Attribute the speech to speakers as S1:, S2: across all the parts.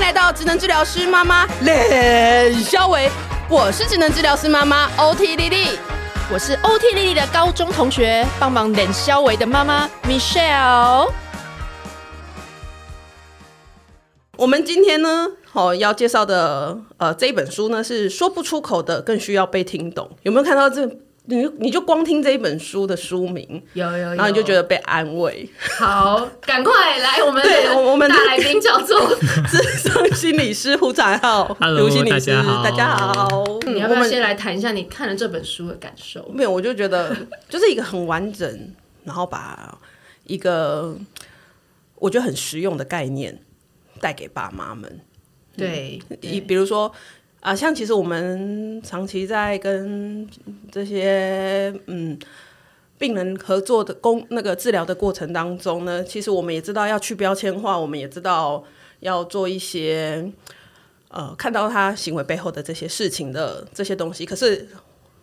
S1: 来到职能治疗师妈妈冷肖维，我是职能治疗师妈妈 OT 丽丽。
S2: 我是 OT 丽丽的高中同学，帮忙冷肖维的妈妈 Michelle。
S1: 我们今天呢，好、要介绍的呃这一本书呢是说不出口的，更需要被听懂。有没有看到这？你你就光听这一本书的书名，
S3: 有有有，
S1: 然后你就觉得被安慰。
S3: 好，赶快来我们
S1: 对我我们的
S3: 大来宾叫 做，
S1: 智商心理师胡展浩
S4: Hello，
S1: 卢心理师
S4: 大家，好
S1: 大家好。
S3: 嗯你要不要先来谈一下你看了这本书的感受？
S1: 没有，我就觉得就是一个很完整，然后把一个我觉得很实用的概念带给爸妈们。
S3: 对，
S1: 以比如说啊、像其实我们长期在跟这些嗯病人合作的工那个治疗的过程当中呢，其实我们也知道要去标签化，我们也知道要做一些呃看到他行为背后的这些事情的这些东西，可是。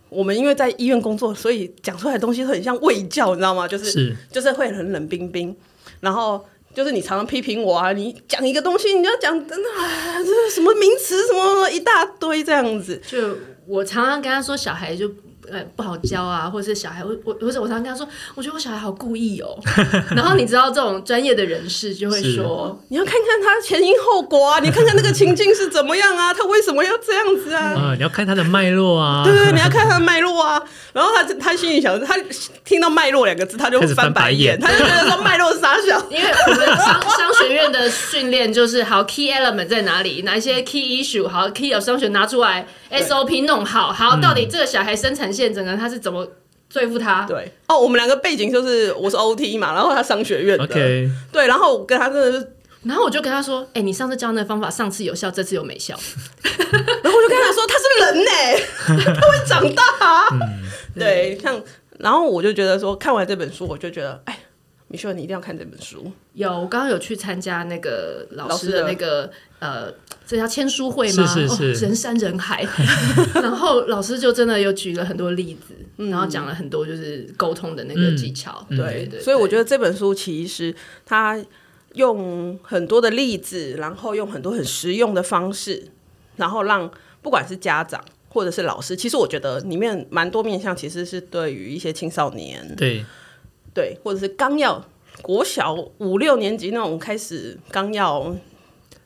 S1: 我们因为在医院工作，所以讲出来的东西都很像卫教，你知道吗？就是
S4: 是
S1: 就是会很冷冰冰，然后就是你常常批评我啊，你讲一个东西，你就要讲真的啊，这什么名词什么一大堆这样子，
S3: 就我常常跟他说，小孩就。呃，不好教啊，或者是小孩，我我或者我常常跟他说，我觉得我小孩好故意 哦。然后你知道这种专业的人士就会
S4: 是
S3: 说，
S1: 你要看看他前因后果啊，你看看那个情境是怎么样啊，他为什么要这样子啊？
S4: 啊，你要看它的脉络 啊，
S1: 对对，对你要看他的脉络啊。 然后他他心里想，他听到脉络两个字，他就
S4: 开始翻
S1: 白
S4: 白眼
S1: 他就觉 得说脉络是傻小。
S3: 因为我们商商学院的训练就是好 key element 在哪里，哪一些 key issue 好 key of 商学拿出来，SOP 弄好，好到底这个小孩生产线整个他是怎么对付他？
S1: 对哦，我们两个背景就是我是 OT 嘛，然后他商学院的
S4: OK，
S1: 对，然后我跟他真的是
S3: 然后我就跟他说，哎、你上次教那个方法，上次有效，这次又没效。
S1: 然后我就跟他说：“他是人呢、 他会长大、 啊。
S4: 嗯
S1: 对，像然后我就觉得说，看完这本书，我就觉得，哎，米秀，你一定要看这本书。
S3: 有，我刚刚有去参加那个老
S1: 老师
S3: 师
S1: 的
S3: 的那个呃，这叫签书会吗？
S4: 是是
S3: 哦、
S4: 是
S3: 人山人海。然后老师就真的有举了很多例子，然后讲了很多就是沟通的那个技巧。
S4: 嗯嗯
S3: 对对，
S1: 所以我觉
S3: 得
S1: 得这本书其实它用很多的例子，然后用很多很实用的方式，然后让不管是家长或者是老师，其实我觉得里面蛮多面向，其实是对于一些青少年
S4: 对，
S1: 对，或者是刚要国小五六年级那种开始刚要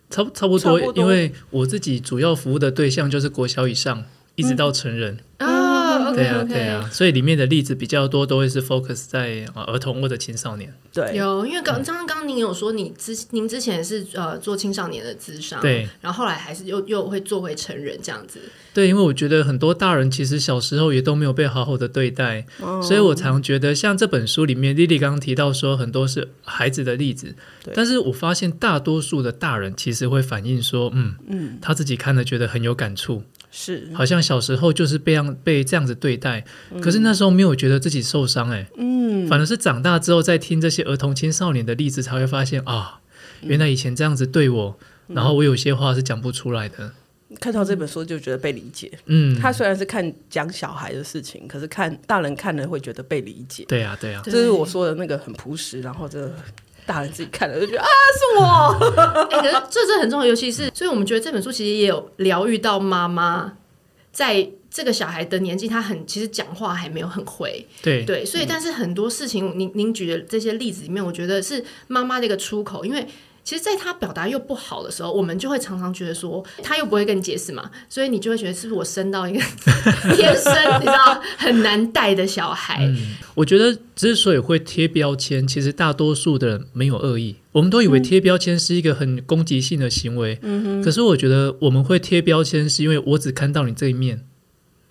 S4: 差不差不
S1: 差
S4: 多
S1: 不，多
S4: 因为我自己主要服务的对象就是国小以上。一直到成
S1: 嗯
S4: 人，
S3: 啊，
S4: 对啊，对啊，所以里面的例子比较多，都会是 focus 在呃儿童或者青少年。
S1: 对
S3: 有，因为刚刚刚您有说你之您之前是呃做青少年的咨商，
S4: 对，
S3: 然后后来还是又又会做回成人这样子，
S4: 对，因为我觉得很多大人其实小时候也都没有被好好的对待，
S1: 哦
S4: 所以我常觉得像这本书里面，莉莉刚刚提到说很多是孩子的例子
S1: 对，
S4: 但是我发现大多数的大人其实会反映说，嗯嗯，他自己看了觉得很有感触，
S1: 是
S4: 好像小时候就是被样被这样子对待，可是那时候没有觉得自己受伤、欸，嗯，反而是长大之后再听这些儿童青少年的例子，才会发现啊，原来以前这样子对我，然后我有些话是讲不出来的，
S1: 看到这本书就觉得被理解。
S4: 嗯，
S1: 他虽然是看讲小孩的事情，可是看大人看了会觉得被理解。
S4: 对呀、对呀、啊
S1: 这是我说的那个很朴实，然后这个大人自己看了就觉得啊，是我。
S3: 哎、可是这是很重要，尤其是，所以我们觉得这本书其实也有疗愈到妈妈，在这个小孩的年纪，他很其实讲话还没有很会，
S4: 对
S3: 对，所以但是很多事情，您您举的这些例子里面，我觉得是妈妈的一个出口，因为。其实，在他表达又不好的时候，我们就会常常觉得说，他又不会跟你解释嘛，所以你就会觉得是不是我生到一个 天生你知道很难带的小孩？
S4: 我觉得之所以会贴标签，其实大多数的人没有恶意，我们都以为贴标签是一个很攻击性的行为。可是我觉得我们会贴标签，是因为我只看到你这一面。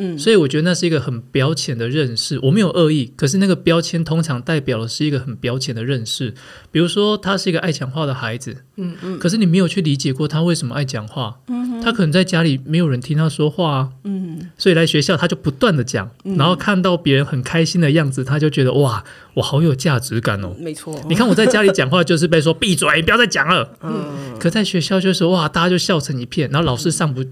S1: 嗯
S4: 所以我觉得那是一个很表浅的认识，我没有恶意，可是那个标签通常代表的是一个很表浅的认识。比如说，他是一个爱讲话的孩子，
S3: 嗯
S4: 嗯，可是你没有去理解过他为什么爱讲话，嗯，他可能在家里没有人听他说话啊，
S1: 嗯，
S4: 所以来学校他就不断的讲，然后看到别人很开心的样子，他就觉得哇，我好有价值感哦。
S1: 没错。
S4: 你看我在家里讲话就是被说闭嘴，不要再讲了。可在学校就是哇，大家就笑成一片，然后老师上不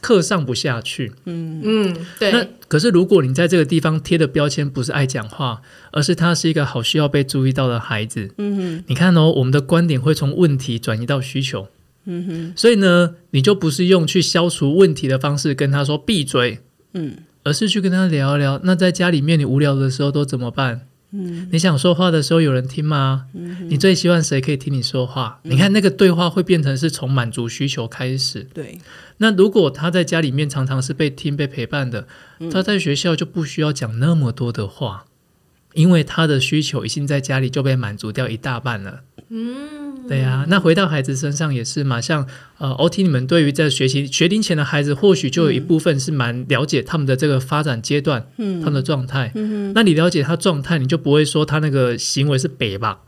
S4: 课上不下去。
S3: 嗯，对，
S4: 那可是如果你在这个地方贴的标签不是爱讲话，而是他是一个好需要被注意到的孩子，嗯，你看哦，我们的观点会从问题转移到需求，嗯哼，所以呢，你就不是用去消除问题的方式跟他说闭嘴，嗯，而是去跟他聊一聊。那在家里面你无聊的时候都怎么办？嗯，你想说话的时候有人听吗？嗯、你最希望谁可以听你说话？你看那个对话会变成是从满足需求开始。
S1: 对，
S4: 那如果他在家里面常常是被听、被陪伴的，他在学校就不需要讲那么多的话，因为他的需求已经在家里就被满足掉一大半了。嗯，对呀、那回到孩子身上也是嘛，像呃，OT 你们对于在学习学龄前的孩子，或许就有一部分是蛮了解他们的这个发展阶段，嗯，他们的状态。嗯那你了解他状态，你就不会说他那个行为是北吧，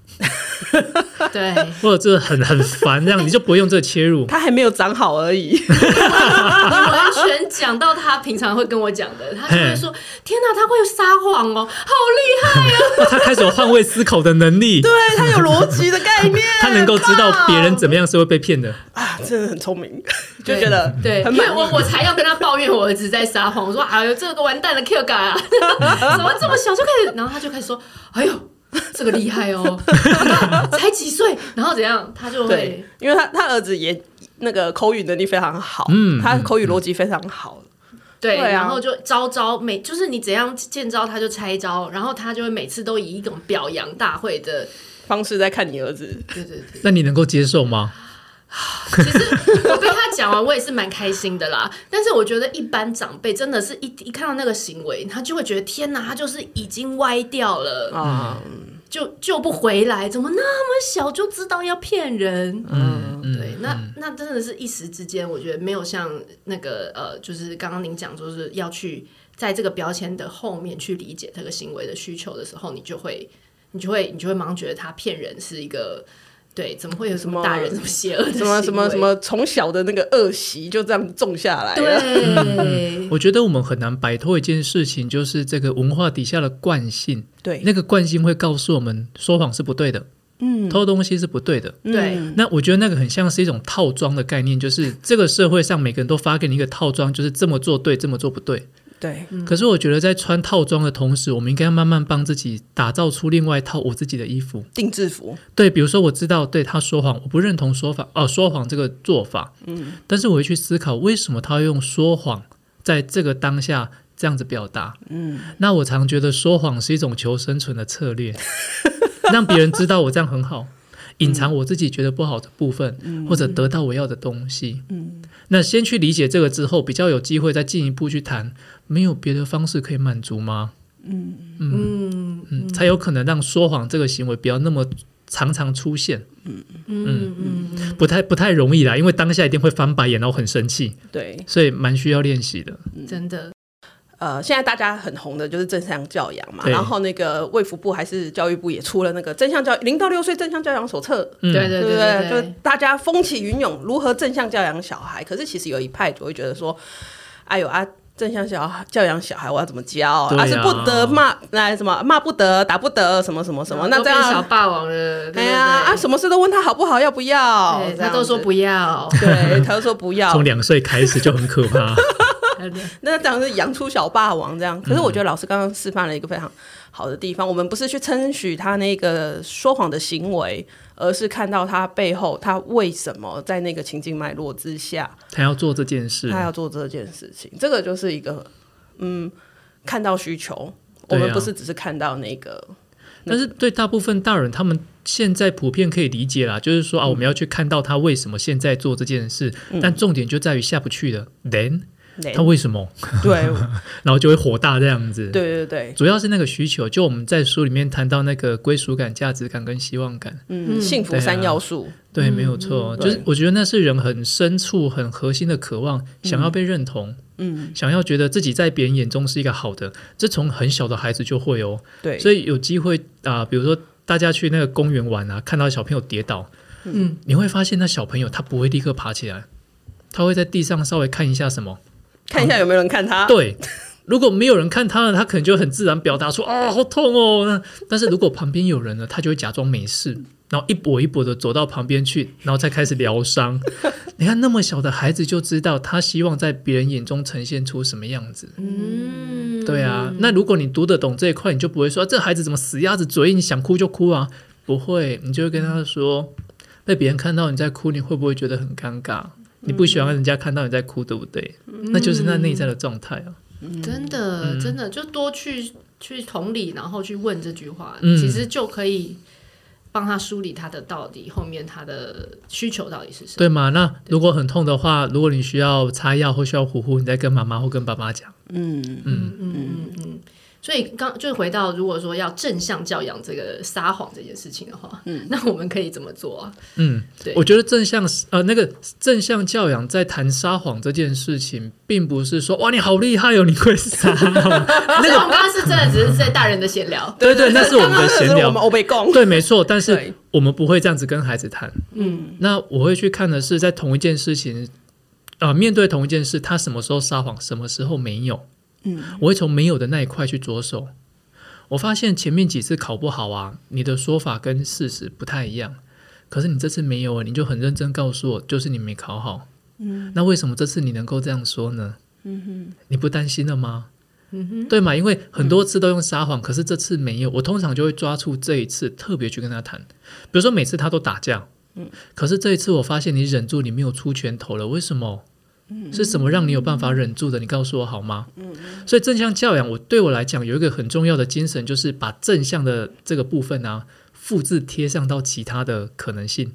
S3: 对，
S4: 或者这个很很烦这样，你就不会用这个切入。
S1: 他还没有长好而已。
S3: 你完全讲到他平常会跟我讲的，他就会说：“天哪，他会撒谎哦，好厉害！”
S4: 哇他开始有换位思考的能力，
S1: 对他有逻辑的概念，
S4: 他能够知道
S1: 靠
S4: 别人怎么样是会被骗的。
S1: 啊，真的很聪明， 就觉得
S3: 对，
S1: 很
S3: 因为
S1: 满
S3: 我
S1: 意。
S3: 我才要跟他抱怨我儿子在撒谎，我说哎呦这个完蛋了 Q 感啊， 怎么这么小就开始，然后他就开始说哎呦这个厉害哦， 你看才几岁，然后怎样他就
S1: 对
S3: 会，
S1: 因为他他儿子也那个口语能力非常好，
S4: 嗯
S1: 他口语逻辑非常好，
S3: 对，
S1: 对啊
S3: 然后就招招每就是你怎样见招他就拆招，然后他就会每次都以一种表扬大会的，
S1: 方式在看你儿子，
S3: 对对对。
S4: 那你能够接受吗？
S3: 其实我被他讲完，我也是蛮开心的啦。但是我觉得一般长辈真的是一一看到那个行为，他就会觉得天哪，他就是已经歪掉了
S1: 啊，
S3: 嗯就救不回来，怎么那么小就知道要骗人？
S4: 嗯，嗯
S3: 对，那那真的是一时之间，我觉得没有像那个呃，就是刚刚您讲，就是要去在这个标签的后面去理解这个行为的需求的时候，你就会，你就会，你就会忙觉得他骗人是一个，对，怎么会有什么
S1: 什么
S3: 大人这么邪恶的
S1: 什么什么什
S3: 行为？
S1: 么，从小的那个恶习就这样种下来啊嗯了。
S3: 对，
S4: 我觉得我们很难摆脱一件事情，就是这个文化底下的惯性。
S1: 对
S4: 那个惯性会告诉我们，说谎是不对的，嗯，偷东西是不对的。
S3: 对
S1: 嗯
S4: 那我觉得那个很像是一种套装的概念，就是这个社会上每个人都发给你一个套装，就是这么做对，这么做不对。
S1: 对，
S4: 可是我觉得在穿套装的同时，我们应该慢慢帮自己打造出另外一套我自己的衣服。
S1: 定制服，
S4: 对，比如说我知道对他说谎，我不认同说法哦、说谎这个做法，嗯，但是我会去思考为什么他要用说谎在这个当下这样子表达，嗯，那我常觉得说谎是一种求生存的策略， 让别人知道我这样很好，隐藏我自己觉得不好的部分，
S1: 嗯
S4: 或者得到我要的东西，嗯，那先去理解这个之后，比较有机会再进一步去谈，没有别的方式可以满足吗？嗯嗯嗯，才有可能让说谎这个行为不要那么常常出现，
S3: 嗯嗯，
S4: 不太不太容易啦，因为当下一定会翻白眼，然后很生气，
S1: 对，
S4: 所以蛮需要练习的。
S3: 真
S4: 嗯
S3: 的，
S1: 呃，现在大家很红的就是正向教养嘛，
S4: 对
S1: 然后那个卫福部还是教育部也出了那个正向教零到六岁正向教养手册，
S4: 嗯，
S3: 对对
S1: 对不
S3: 对
S1: 就是大家风起云涌，如何正向教养小孩？可是其实有一派就会觉得说，哎呦啊，正向小孩教养小孩，我要怎么教啊？
S4: 对啊
S1: 是不得骂，来什么骂不得，打不得，什么什么什么？那
S3: 都
S1: 这
S3: 变小
S1: 样，啊
S3: 霸王了，
S1: 哎呀啊，
S3: 对
S1: 什么事都问他好不好，要不要
S3: 对？
S1: 这
S3: 他
S1: 样
S3: 都说
S1: 子
S3: 不要，
S1: 对，他都说不要
S4: 从。两岁开始就很可怕。
S1: 那这样是养出小霸王这样。可是我觉得老师刚刚示范了一个非常好的地方，我们不是去称许他那个说谎的行为，而是看到他背后他为什么在那个情境脉络之下，
S4: 他要做这件事，
S1: 他要做这件事情，这个就是一个嗯，看到需求，我
S4: 对啊
S1: 们不是只是看到那 个
S4: 但是对大部分大人，他们现在普遍可以理解啦，就是说啊，我们要去看到他为什么现在做这件事，但重点就在于下不去的，then
S1: 那
S4: 他为什么，
S1: 对
S4: 然后就会火大这样子。
S1: 对。对对，
S4: 主要是那个需求，就我们在书里面谈到那个归属感、价值感跟希望感，
S1: 嗯，幸福
S4: 对啊
S1: 三要素，
S4: 对，没有错，就是
S1: 对
S4: 我觉得那是人很深处、很核心的渴望，想要被认同，嗯，想要觉得自己在别人眼中是一个好的，这从很小的孩子就会哦，
S1: 对，
S4: 所以有机会啊、比如说大家去那个公园玩啊，看到小朋友跌倒，
S3: 嗯，
S4: 你会发现那小朋友他不会立刻爬起来，他会在地上稍微看一下什么，
S1: 看一下有没有人看他，
S4: 对。如果没有人看他了，他可能就很自然表达出啊、好痛哦。那但是如果旁边有人呢，他就会假装没事，然后一跛一跛的走到旁边去，然后再开始疗伤。你看那么小的孩子就知道他希望在别人眼中呈现出什么样子。
S3: 嗯，
S4: 对啊，那如果你读得懂这一块，你就不会说、啊这孩子怎么死鸭子嘴硬，想哭就哭啊，不会，你就会跟他说。被别人看到你在哭，你会不会觉得很尴尬？你不喜欢人家看到你在哭，对不对？那就是那内在的状态啊。
S1: 嗯
S3: 真
S4: 嗯
S3: 的，真的，就多去去同理，然后去问这句话，
S4: 嗯
S3: 其实就可以帮他梳理他的到底后面他的需求到底是什么。
S4: 对吗？那如果很痛的话，如果你需要擦药或需要呼呼，你再跟妈妈或跟爸妈讲。
S3: 所以刚就回到，如果说要正向教养这个撒谎这件事情的话，嗯， 那我们可以怎么做 啊？
S4: 嗯，
S3: 对
S4: 我觉得正向呃那个正向教养在谈撒谎这件事情，并不是说哇你好厉害哦，你会撒谎。
S3: 所以我们刚刚是真的只是在大人的闲
S1: 嗯
S3: 聊，
S4: 对对，那是我们的闲
S1: 我
S4: 聊
S1: 们。欧北共，
S4: 对，没错，但是
S1: 对
S4: 我们不会这样子跟孩子谈。嗯，那我会去看的是，在同一件事情，啊、面对同一件事，他什么时候撒谎，什么时候没有。嗯，我会从没有的那一块去着手。我发现前面几次考不好啊，你的说法跟事实不太一样，可是你这次没有啊，你就很认真告诉我，就是你没考好。嗯，那为什么这次你能够这样说呢？嗯哼，你不担心了吗？对嘛？因为很多次都用撒谎，可是这次没有。我通常就会抓住这一次，特别去跟他谈。比如说每次他都打架，可是这一次我发现你忍住，你没有出拳头了，为什么？是什么让你有办法忍住的？你告诉我好吗？所以正向教养，我对我来讲有一个很重要的精神，就是把正向的这个部分啊，复制贴上到其他的可能性，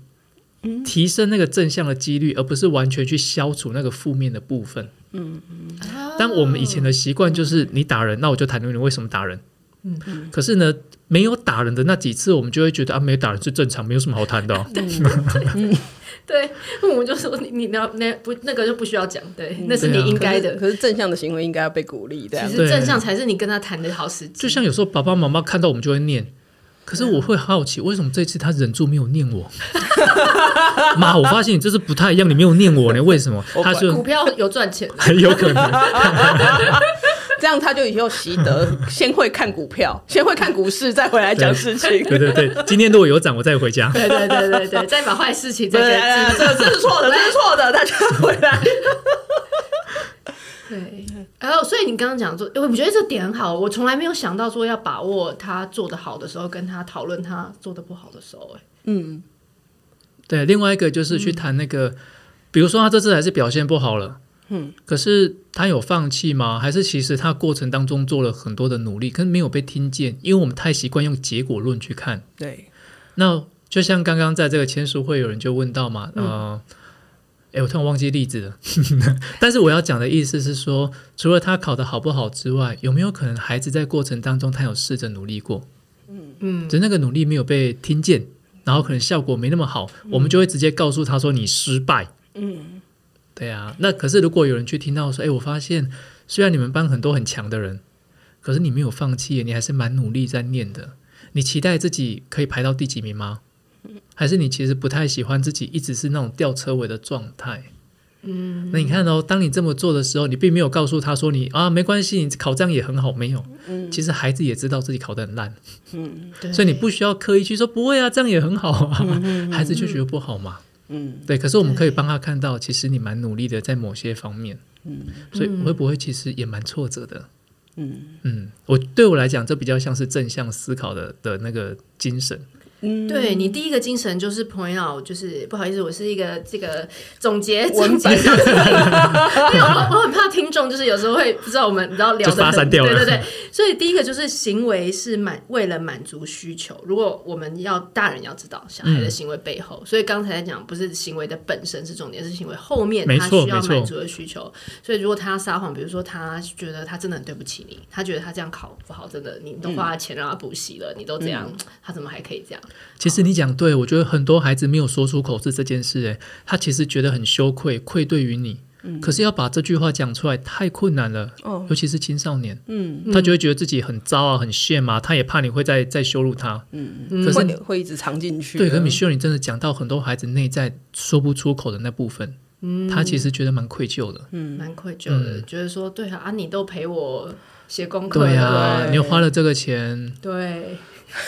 S4: 提升那个正向的几率，而不是完全去消除那个负面的部分。但我们以前的习惯就是，你打人，那我就谈论你为什么打人。嗯，可是呢，没有打人的那几次，我们就会觉得啊，没有打人是正常，没有什么好谈的、哦。
S3: 对，我们就说你你那那不那个就不需要讲，对，
S1: 嗯
S3: 那是你
S4: 对啊
S3: 应该的。
S1: 可是正向的行为应该要被鼓励，这样
S3: 其
S4: 对
S3: 实正向才是你跟他谈的好时机。
S4: 就像有时候爸爸妈妈看到我们就会念，可是我会好奇，为什么这次他忍住没有念我？ 妈，我发现你这次不太一样，你没有念我呢，为什么？
S1: 我
S4: 他
S3: 股
S4: 就
S3: 票有赚钱，
S4: 很有可能，
S1: 这样他就以后习得 先会看股票，先会看股市，再回来讲事情。
S4: 对对对，今天如果有涨，我再回家。
S3: 对对对对对，再把坏事情
S1: 对
S3: 再
S4: 呃
S1: 对
S3: 给
S1: 对，这这是错的，这是错的，大家回来。
S3: 对，然后所以你刚刚讲说，我觉得这点很好，我从来没有想到说要把握他做的好的时候，跟他讨论他做的不好的时候、哎，
S4: 对，另外一个就是去谈那个，比如说他这次还是表现不好了，嗯，可是他有放弃吗？还是其实他过程当中做了很多的努力，可是没有被听见？因为我们太习惯用结果论去看。
S1: 对，
S4: 那就像刚刚在这个签书会，有人就问到嘛，呃，哎、我突然忘记例子了， 但是我要讲的意思是说，除了他考得好不好之外，有没有可能孩子在过程当中他有试着努力过？
S3: 嗯，
S4: 只是那个努力没有被听见，然后可能效果没那么好，我们就会直接告诉他说你失败。嗯，对啊。那可是如果有人去听到说，哎，我发现虽然你们班很多很强的人，可是你没有放弃耶，你还是蛮努力在念的。你期待自己可以排到第几名吗？还是你其实不太喜欢自己一直是那种吊车尾的状态？嗯，那你看哦，当你这么做的时候，你并没有告诉他说你啊没关系，你考这样也很好，没有。其实孩子也知道自己考得很烂，
S3: 对，
S4: 所以你不需要刻意去说不会啊，这样也很好啊， 孩子就觉得不好嘛。嗯，对。可是我们可以帮他看到，其实你蛮努力的，在某些方面。嗯，所以会不会其实也蛮挫折的？嗯嗯，我对我来讲，这比较像是正向思考的的那个精神。嗯
S3: 对你第一个精神就是 point out，就是不好意思，我是一个这个总结
S1: 文
S3: 总结， 因为我我很怕听众就是有时候会不知道我们你知道聊
S4: 就
S3: 的
S4: 发散掉了
S3: 对对对，所以第一个就是行为是满为了满足需求，如果我们要大人要知道小孩的行为背后，所以刚才讲不是行为的本身是重点，是行为后面
S4: 没
S3: 他
S4: 错
S3: 需要
S4: 没错
S3: 满足的需求。所以如果他撒谎，比如说他觉得他真的很对不起你，他觉得他这样考不好，真的你都花钱让他补习了，你都这
S4: 嗯
S3: 样，他怎么还可以这样？
S4: 其实你讲对，我觉得很多孩子没有说出口是这件事，诶，他其实觉得很羞愧，愧对于你。可是要把这句话讲出来太困难了，
S1: 嗯哦
S4: 尤其是青少年，
S1: 嗯，
S4: 他就会觉得自己很糟啊，很 shame 啊，他也怕你会再再羞辱他。
S3: 嗯
S4: 可是
S1: 会会一直藏进去。
S4: 对，可米秀，你真的讲到很多孩子内在说不出口的那部分，
S1: 嗯
S4: 他其实觉得蛮愧疚的。
S3: 蛮愧疚的，觉得说对啊，啊你都陪我写功课了，
S4: 嗯对啊，
S1: 对
S4: 你又花了这个钱，
S3: 对。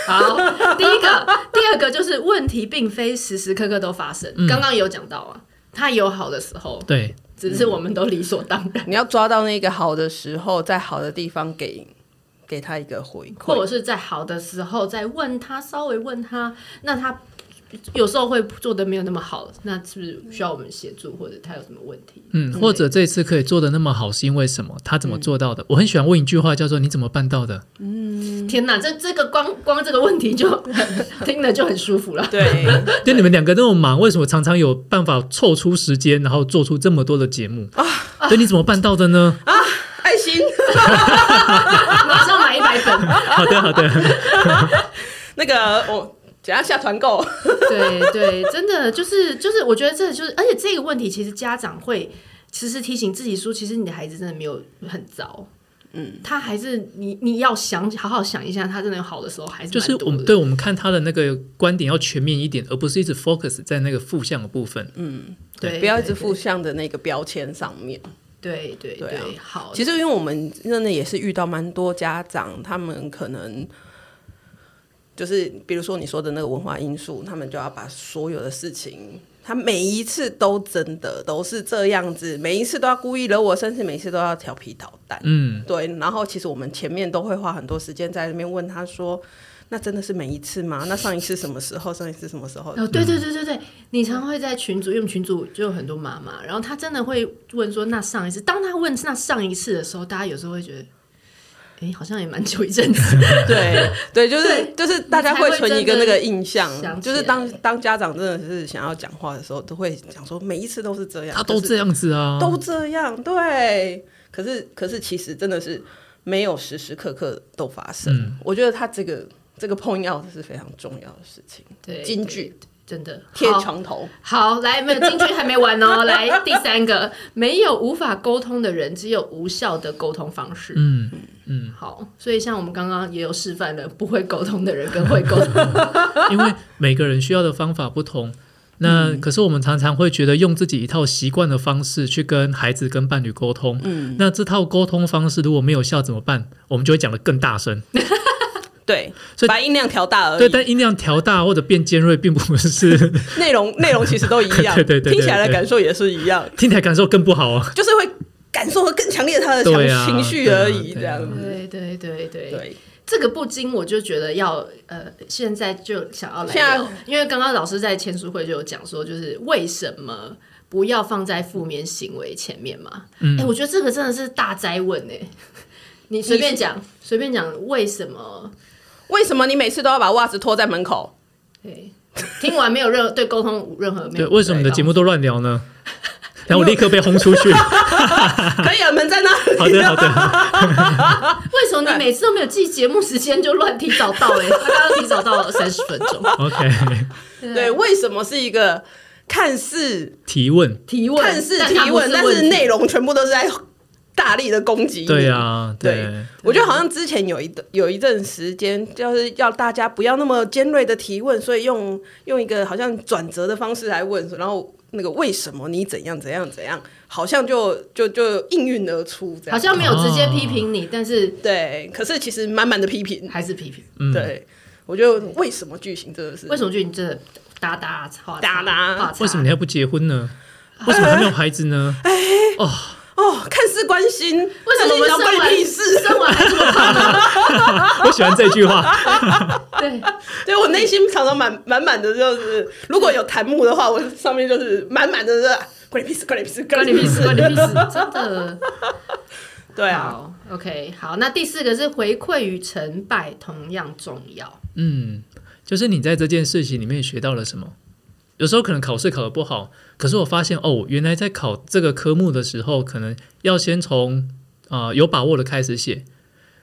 S3: 好， 第一个，第二个就是问题并非时时刻刻都发生，
S4: 嗯
S3: 刚刚、有讲到啊，它有好的时
S1: 哦
S3: 候，
S4: 对，
S3: 只是我们都理所当然，
S1: 你要抓到那个好的时候，在好的地方给给他一个回
S3: 或者
S1: 馈。
S3: 是在好的时候再问他，稍微问他，那他有时候会做的没有那么好，那是不是需要我们协助，或者他有什么问题？
S4: 嗯，或者这次可以做的那么好，是因为什么？他怎
S1: 嗯
S4: 么做到的？我很喜欢问一句话，叫做“你怎么办到的
S3: 天哪，这这个光光这个问题就听了就很舒服 了。
S1: 对，？”
S4: 就你们两个那么忙，为什么常常有办法凑出时间，然后做出这么多的节目啊？对，你怎么办到的呢？
S1: 爱心。
S3: 马上买一百本，
S4: 好的，好的，
S1: 那个我等下下团购，
S3: 对 对，真的就是就是，我觉得这就是，而且这个问题其实家长会时时提醒自己说，其实你的孩子真的没有很糟。嗯，他还是你，你要想好好想一下，他真的有好的时候还是
S4: 就是
S3: 蛮多
S4: 我们
S3: 的
S4: 对我们看他的那个观点要全面一点，而不是一直 focus 在那个负向的部分。
S3: 对，
S1: 不要一直
S3: 对
S1: 负向的那个标签上面。
S3: 对对
S1: 对啊
S3: 对，好，
S1: 其实，因为我们真的也是遇到蛮多家长，他们可能就是比如说你说的那个文化因素，他们就要把所有的事情，他每一次都真的都是这样子，每一次都要故意惹我生气，每一次都要调皮捣蛋。
S4: 嗯，
S1: 对，然后其实我们前面都会花很多时间在那边问他说。那真的是每一次吗？那上一次什么时候？上一次什么时候？
S3: 哦，对对对对对，你常会在群组，因为我们群组就有很多妈妈，然后她真的会问说，那上一次，当她问那上一次的时候，大家有时候会觉得，哎，好像也蛮久一 阵子，
S1: 对对，就是就是大家会存一个那个印象
S3: 你才会真的想，起
S1: 就
S3: 来
S1: 是当当家长真的是想要讲话的时候，都会讲说每一次都是这样，
S4: 他都这
S1: 样，
S4: 样子啊，
S1: 都这样，对。可是可是其实真的是没有时时刻刻都发生。
S4: 嗯
S1: 我觉得他这个这个碰药是非常重要的事情，
S3: 对，
S1: 金句
S3: 真的
S1: 贴
S3: 好
S1: 床头，
S3: 好，来，没有进去还没完哦。 来，第三个，没有无法沟通的人，只有无效的沟通方式。
S4: 嗯
S3: 嗯，好，所以像我们刚刚也有示范了，不会沟通的人跟会沟通，
S4: 因为每个人需要的方法不同。那可是我们常常会觉得用自己一套习惯的方式去跟孩子、跟伴侣沟通，嗯，那这套沟通方式如果没有效怎么办？我们就会讲得更大声，
S1: 对
S4: 所以，
S1: 把音量调大而
S4: 对，
S1: 已。
S4: 但音量调大或者变尖锐，并不是
S1: 内容内容其实都一样，
S4: 对对对对
S1: 听起来
S4: 对
S1: 的感受也是一样，
S4: 听起来感受更不好啊。
S1: 就是会感受更强烈他的
S4: 对啊
S1: 情情绪
S4: 对啊
S1: 而已，这
S4: 对啊
S1: 样子。
S3: 对对对对
S1: 对，
S3: 这个不禁我就觉得要呃，现在就想要来
S1: 现在
S3: 聊，因为刚刚老师在签书会就有讲说，就是为什么不要放在负面行为前面嘛？哎、我觉得这个真的是大灾问哎、你随便讲，随便讲，为什么？
S1: 为什么你每次都要把袜子脱在门 口？
S3: 对，听完没有任何对沟通无任何没
S4: 对，
S3: 有。
S4: 为什么你的节目都乱聊呢？ 然后我立刻被轰出去。
S1: 可以啊，门在那里。
S4: 好的， 好的，
S3: 为什么你每次都没有记节目时间就乱提早到 嘞、他刚刚提早到三十分钟。
S4: OK。
S1: 对，为什么是一个看似
S4: 提问，
S3: 提问，
S1: 看似
S3: 但它
S1: 提
S3: 不
S1: 问，但
S3: 问
S1: 是
S3: 题
S1: 内容全部都是在大力的攻击你？
S4: 对啊，
S1: 对
S4: 对，，
S1: 我觉得好像之前有一段有一阵时间，就是要大家不要那么尖锐的提问，所以用用一个好像转折的方式来问，然后那个为什么你怎样怎样怎样，好像就就就应运而出这样。
S3: 好像没有直接批评
S4: 哦
S3: 你，但是
S1: 对，可是其实满满的批评。
S3: 还是批评。
S4: 嗯
S1: 对，我觉得为什么巨型真的是
S3: 为什么俊你真的打打叉
S1: 打打
S4: 为什么你还不结婚呢？为什么还没有孩子呢？
S1: 哦，看似关心，为
S3: 为什么我们
S1: 要
S3: 生
S1: 关
S3: 完
S1: 你屁事？
S3: 生完还这么胖呢？
S4: 我喜欢这句话。
S3: 对，
S1: 对我内心常常满满满的就是，如果有弹幕的话，我上面就是满满的是关你屁事，关你屁事，
S3: 关你屁事， 关你屁事，真的。
S1: 对啊，
S3: 好，OK，好，那第四个是回馈与成败同样重要。
S4: 嗯，就是你在这件事情里面学到了什么？有时候可能考试考得不好，可是我发现哦，原来在考这个科目的时候，可能要先从啊、有把握的开始写。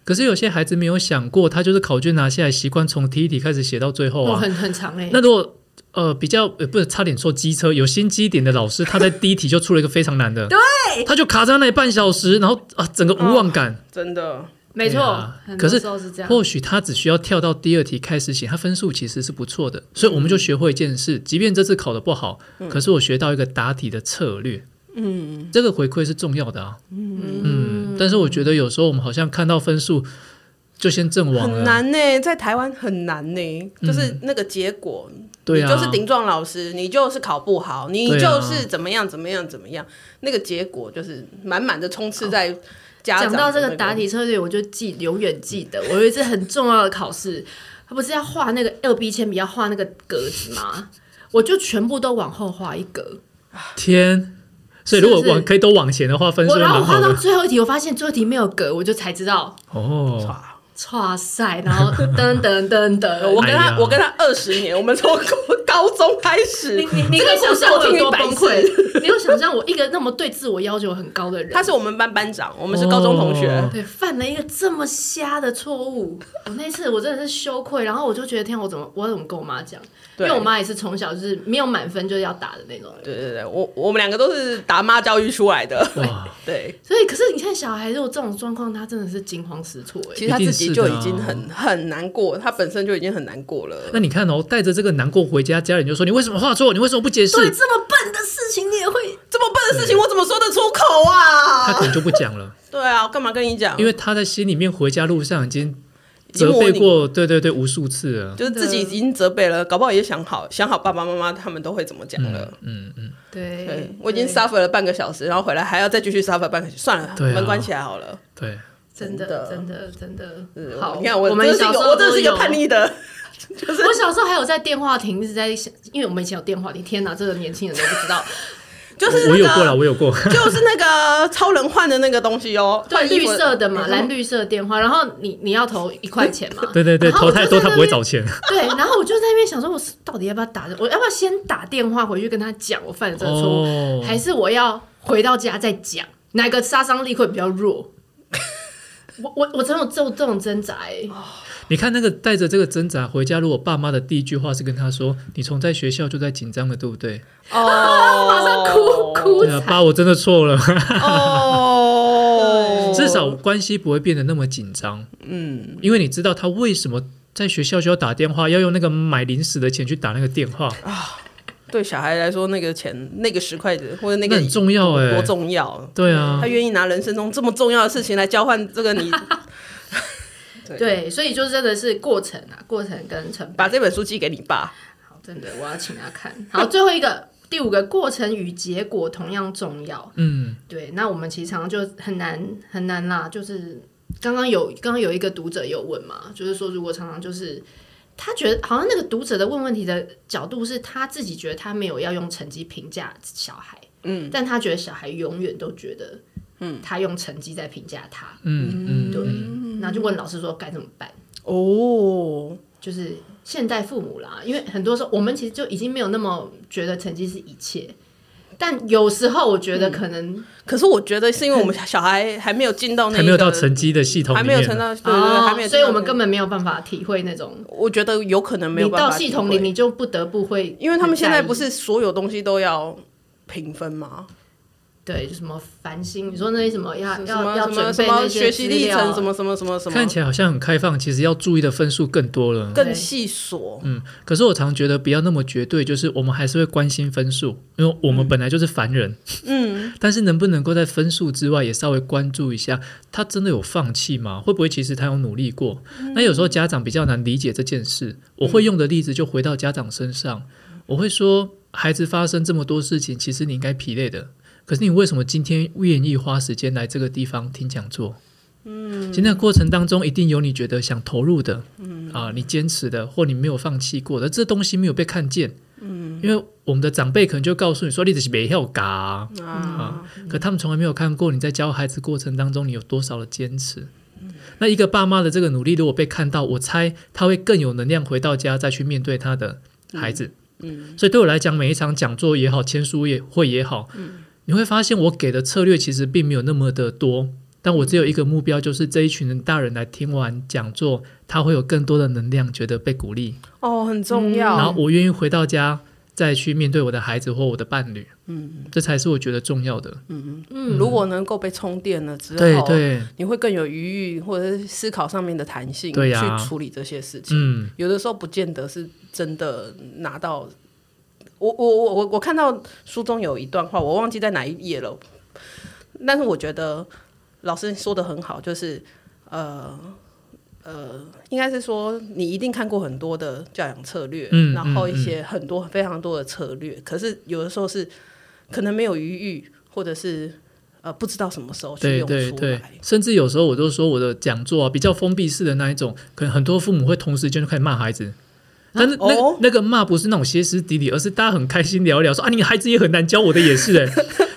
S4: 可是有些孩子没有想过，他就是考卷拿下来，习惯从第一题开始写到最后
S3: 哇，
S4: 啊。
S3: 很很长哎、
S4: 那如果呃比较呃不是差点说机车，有心机一点的老师，他在第一题就出了一个非常难的，对，他就卡在那里半小时，然后啊整个无望感。
S1: 真的，
S3: 没错、
S4: 对啊
S3: 很多
S4: 可是
S3: 时候是这样。
S4: 或许他只需要跳到第二题开始写，他分数其实是不错的，所以我们就学会一件事，即便这次考的不好，可是我学到一个答题的策略，嗯，这个回馈是重要的啊，嗯，但是我觉得有时候我们好像看到分数就先阵亡
S1: 很
S4: 了，嗯
S1: 难呢、在台湾很难呢、就是那个结果，
S4: 对
S1: 你
S4: 啊，
S1: 就是顶撞老师，你就是考不好，你
S4: 对啊
S1: 就是怎么样怎么样怎么样，那个结果就是满满的充斥在家长、
S3: 讲到这个答，题策略，我就记永远记得，我有一次很重要的考试，他不是要画那个二 B 铅笔要画那个格子吗？我就全部都往后画一格，
S4: 天！所以如果
S3: 是不是
S4: 往可以都往前的话，分数
S3: 我
S4: 会
S3: 然后
S4: 蛮
S3: 我画
S4: 好
S3: 到
S4: 的
S3: 最后一题，我发现最后一题没有格，我就才知道，
S4: 哦。
S3: 哇塞！然后噔噔噔噔，
S1: 我
S3: 我
S1: 跟
S4: 哎
S1: 他
S4: 呀，
S1: 我跟他二十年，我们从高中开始
S3: 你，你你
S1: 这
S3: 可
S1: 个
S3: 以想
S1: 故事
S3: 象
S1: 我
S3: 我有
S1: 听一
S3: 多
S1: 百
S3: 崩
S1: 次。
S3: 溃，你有想象我一个那么对自我要求很高的人，
S1: 他是我们班班长，我们是高中同学。
S4: 哦
S3: 对，犯了一个这么瞎的错误。我那次我真的是羞愧，然后我就觉得天啊，我怎么我怎么跟我妈讲？因
S1: 对
S3: 为我妈也是从小就是没有满分就是要打的那种人。
S1: 对对对，我我们两个都是打骂教育出来的。
S4: 哇，
S1: 对，
S3: 所以，可是你看小孩如果这种状况，他真的是惊慌失措哎、
S1: 其实他自己
S4: 一定是
S1: 就
S4: 的啊
S1: 已经很很难过，他本身就已经很难过了。
S4: 那你看哦，带着这个难过回家，家人就说你为什么画错？你为什么不解释？
S3: 对这么笨的事情，你也会
S1: 这么笨的事情，我怎么说得出口
S4: 他可
S1: 啊？
S4: 能就不 讲了，
S1: 对啊，我干嘛跟你讲？
S4: 因为他在心里面回家路上已经
S1: 已经
S4: 责
S1: 模
S4: 备
S1: 拟，
S4: 过，对对对，无数次了。
S1: 就是自己已经责备了，搞不好也想好想好爸爸妈妈他们都会怎么讲了。
S4: 嗯嗯，
S3: 对
S1: 对，我已经 suffer 了半个小时，然后回来还要再继续 suffer 半个小时，算了，
S4: 对啊
S1: 门关起来好了。
S4: 对，
S3: 真的
S1: 真
S3: 真的真的
S1: 是
S3: 好。
S1: 你看嗯我，
S3: 们
S1: 真是一
S3: 小时
S1: 个，
S3: 候
S1: 我真的是一
S3: 都
S1: 个
S3: 有
S1: 叛。逆 的，就是
S3: 我小时候还有在电话亭一直在，因为我们以前有电话亭。天哪，这个年轻人都不知道。
S1: 就是
S4: 我
S1: 那
S4: 有过了，
S1: 个，
S4: 我有 过。，
S1: 就是那个超人换的那个东西哦，
S3: 对，
S1: 换衣
S3: 绿
S1: 服
S3: 色的嘛，
S1: 嗯
S3: 蓝绿色的电话，然后你你要投一块钱嘛
S4: 对对对，
S3: 然后
S4: 投
S3: 我就
S4: 太多
S3: 在
S4: 他
S3: 那
S4: 不会
S3: 边
S4: 找钱。
S3: 对，然后我就在那边想说，我是到底要不要打这？我要不要先打电话回去跟他讲我犯了这个错误，
S4: 哦
S3: 还是我要回到家再讲？哪个杀伤力会比较 弱？我我我真的有这种这种挣扎、欸，
S4: 哦你看那个带着这个挣扎回家，如果爸妈的第一句话是跟他说：“你从在学校就在紧张了，对不对
S1: 哦，
S3: 马上哭哭
S4: 对啊，
S3: 惨。
S4: 爸，我真的错了。，
S1: 哦对
S4: 至少关系不会变得那么紧张，
S1: 嗯，
S4: 因为你知道他为什么在学校就要打电话，要用那个买零食的钱去打那个电话，
S1: 啊对小孩来说，那个钱那个十块的或者那
S4: 那
S1: 个
S4: 很重要哎、
S1: 多重要，
S4: 对啊
S1: 他，愿意拿人生中这么重要的事情来交换这个 你，
S3: 对，所以就真的是过程啊，过程跟成败。
S1: 把这本书寄给你爸，
S3: 好，真的，我要请他看。好，最后一个，第五个，过程与结果同样重要。
S4: 嗯，
S3: 对，那我们其实常常就很难很难啦，就是刚刚有刚刚有一个读者有问嘛，就是说如果常常就是他觉得好像那个读者的问问题的角度是他自己觉得他没有要用成绩评价小孩，嗯，但他觉得小孩永远都觉得，嗯，他用成绩在评价他，
S4: 嗯嗯，
S3: 对，那就问老师说该怎么办，
S1: 哦，
S3: 就是现代父母啦，因为很多时候我们其实就已经没有那么觉得成绩是一切，但有时候我觉得
S1: 嗯
S3: 可能、
S1: 可是我觉得是因为我们小孩还没有进到那
S4: 还没有到
S1: 成，
S4: 成绩的系统
S1: 还
S4: 里
S1: 没有
S4: 面啊
S1: 成
S4: 呢。
S1: 到，啊对对对，还没有进到那个，
S3: 啊哦所以我们根本没有办法体会那种。
S1: 我觉得有可能没有
S3: 你
S1: 办法
S3: 到系
S1: 体
S3: 统
S1: 会
S3: 里，你就不得不会，
S1: 因为他们现在
S3: 很在意
S1: 不是所有东西都要评分吗？
S3: 对，就什么繁星，你说那些什么要
S1: 什
S3: 要
S1: 么
S3: 要
S1: 什么
S3: 准
S1: 什
S3: 备
S1: 么
S3: 那些
S1: 学习
S3: 资
S1: 历
S3: 料
S1: 程，什么什么什么什么，
S4: 看起来好像很开放，其实要注意的分数更多了。
S1: 更细琐。
S4: 嗯，可是我常觉得不要那么绝对，就是我们还是会关心分数，因为我们本来就是凡人。嗯，但是能不能够在分数之外也稍微关注一下，他真的有放弃吗？会不会其实他有努力过？那有时候家长比较难理解这件事，我会用的例子就回到家长身上，我会说，孩子发生这么多事情，其实你应该疲累的。可是你为什么今天愿意花时间来这个地方听讲座？嗯，其实那个过程当中一定有你觉得想投入的，啊，你坚持的或你没有放弃过的，这东西没有被看见。嗯，因为我们的长辈可能就告诉你说，你只是没要嘎啊，可他们从来没有看过你在教孩子过程当中你有多少的坚持。那一个爸妈的这个努力，如果被看到，我猜他会更有能量回到家再去面对他的孩子。嗯，所以对我来讲，每一场讲座也好，签书也会也好，你会发现我给的策略其实并没有那么的多。但我只有一个目标，就是这一群人大人来听完讲座，他会有更多的能量，觉得被鼓励，
S1: 哦，很重要。
S4: 嗯然后我愿意回到家再去面对我的孩子或我的伴侣，嗯，这才是我觉得重要的。
S1: 嗯，如果能够被充电了之后，
S4: 对对，
S1: 你会更有余裕，或者是思考上面的弹性，
S4: 对呀
S1: 去处理这些事情。
S4: 嗯，
S1: 有的时候不见得是真的拿到。我我我我我看到书中有一段话，我忘记在哪一页了，但是我觉得老师说的很好，就是呃呃，应该是说你一定看过很多的教养策略，
S4: 嗯
S1: 然后一些很多非常多的策略，可是有的时候是可能没有余裕，或者是呃不知道什么时候去
S4: 对
S1: 用
S4: 对
S1: 出
S4: 对
S1: 来，，
S4: 甚至有时候我都说我的讲座啊比较封闭式的那一种，可能很多父母会同时间就开始骂孩子。但是那、
S1: 哦
S4: 那个骂不是那种歇斯底里，而是大家很开心聊一聊说啊，你的孩子也很难教，我的也是哎、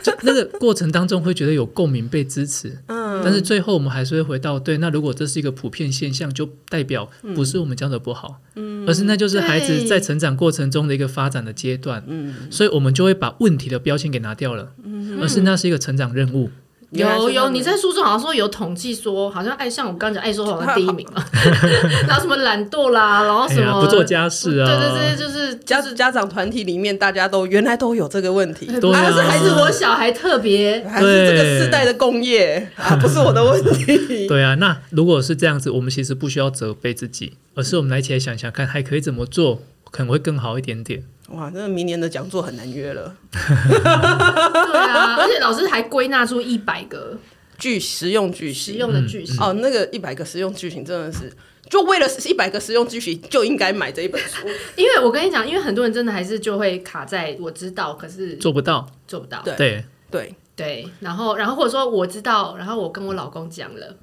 S4: 就那个过程当中会觉得有共鸣被支持，嗯，但是最后我们还是会回到对，那如果这是一个普遍现象，就代表不是我们教的不好，嗯，而是那就是孩子
S3: 对
S4: 在成长过程中的一个发展的阶段，嗯，所以我们就会把问题的标签给拿掉了，嗯，而是那是一个成长任务，
S1: 原来是
S3: 有
S1: 这样
S3: 有，
S1: 子
S3: 你在书中好像说有统计说，好像爱像我刚讲爱说谎像第一名 嘛， 然后什么懒惰啦，然后
S4: 哎
S3: 啊什
S4: 呀，
S3: 么
S4: 不做家事啊，
S3: 对对对，就是
S1: 家家长团体里面，大家都原来都有这个问题，
S4: 对啊
S3: 还是还是我小孩特别
S1: 还是这
S4: 对
S1: 个世代的工业啊，不是我的问 题。
S4: 对啊，那如果是这样子，我们其实不需要责备自己，而是我们来一起来想想看，还可以怎么做，可能会更好一点点。
S1: 哇，那明年的讲座很难约了。
S3: 对啊，而且老师还归纳出一百个
S1: 句实用句
S3: 实
S1: 型
S3: 用的句型。
S1: 哦，那个一百个实用句型真的是，就为了一百个实用句型就应该买这一本书。
S3: 因为我跟你讲，因为很多人真的还是就会卡在我知道，可是
S4: 做不到，
S3: 做不到。
S1: 对
S4: 对，
S1: 对，
S3: 对，然后然后或者说我知道，然后我跟我老公讲了。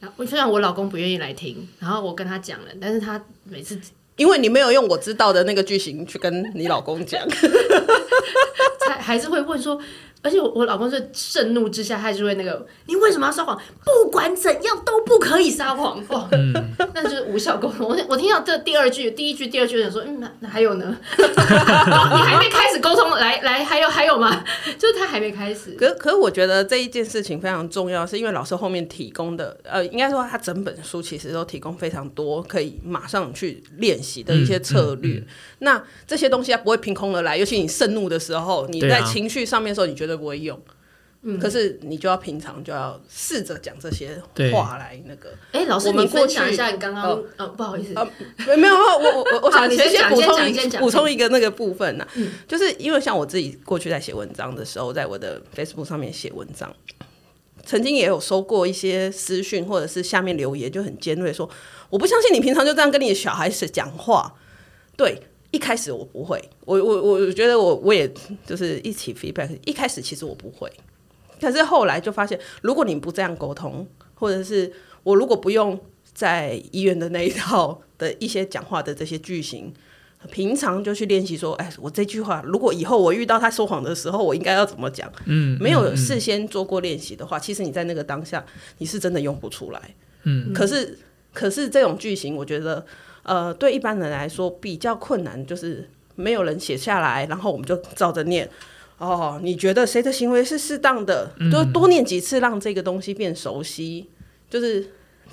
S3: 然后虽然我老公不愿意来听，然后我跟他讲了，但是他每次
S1: 因为你没有用我知道的那个句型去跟你老公讲，
S3: 他还是会问说，而且我我老公是盛怒之下，他就会那个，你为什么要撒谎？不管怎样都不可以撒谎，哇，那就是无效沟通。我我听到这第二句、第一句、第二句，我想说，嗯，那那还有呢？ 你还没开始沟通，来来，还有还有吗？就是他还没开始，
S1: 可可是我觉得这一件事情非常重要，是因为老师后面提供的，呃，应该说他整本书其实都提供非常多可以马上去练习的一些策
S4: 嗯
S1: 略。那这些东西它不会凭空而来，尤其你盛怒的时候，你
S4: 对
S1: 在
S4: 啊
S1: 情绪上面的时候，你绝对不会用。可是你就要平常就要试着讲这些
S4: 对
S1: 话来那个。
S3: 哎、老师，
S1: 我们
S3: 你分
S1: 过
S3: 享
S1: 去
S3: 一下你刚刚
S1: 哦，
S3: 呃，不好意思，
S1: 呃， 没没有，没有我我我我
S3: 好
S1: 想
S3: 你
S1: 先
S3: 先讲
S1: 补
S3: 先
S1: 充
S3: 讲
S1: 一
S3: 先讲嗯
S1: 补充一个那个部分呢、就是因为像我自己过去在写文章的时候，在我的 Facebook 上面写文章，曾经也有收过一些私讯或者是下面留言就很尖锐说，我不相信你平常就这样跟你的小孩子讲话，对。一开始我不会，我我我我觉得我我也就是一起 feedback。一开始其实我不会，可是后来就发现，如果你不这样沟通，或者是我如果不用在医院的那一套的一些讲话的这些句型，平常就去练习说，哎，我这句话如果以后我遇到他说谎的时候，我应该要怎么讲？嗯，没有事先做过练习的话，其实你在那个当下你是真的用不出来。嗯，可是可是这种句型，我觉得呃，对一般人来说比较困难，就是没有人写下来，然后我们就照着念。哦，你觉得谁的行为是适当的？
S4: 嗯
S1: 多多念几次，让这个东西变熟悉，就是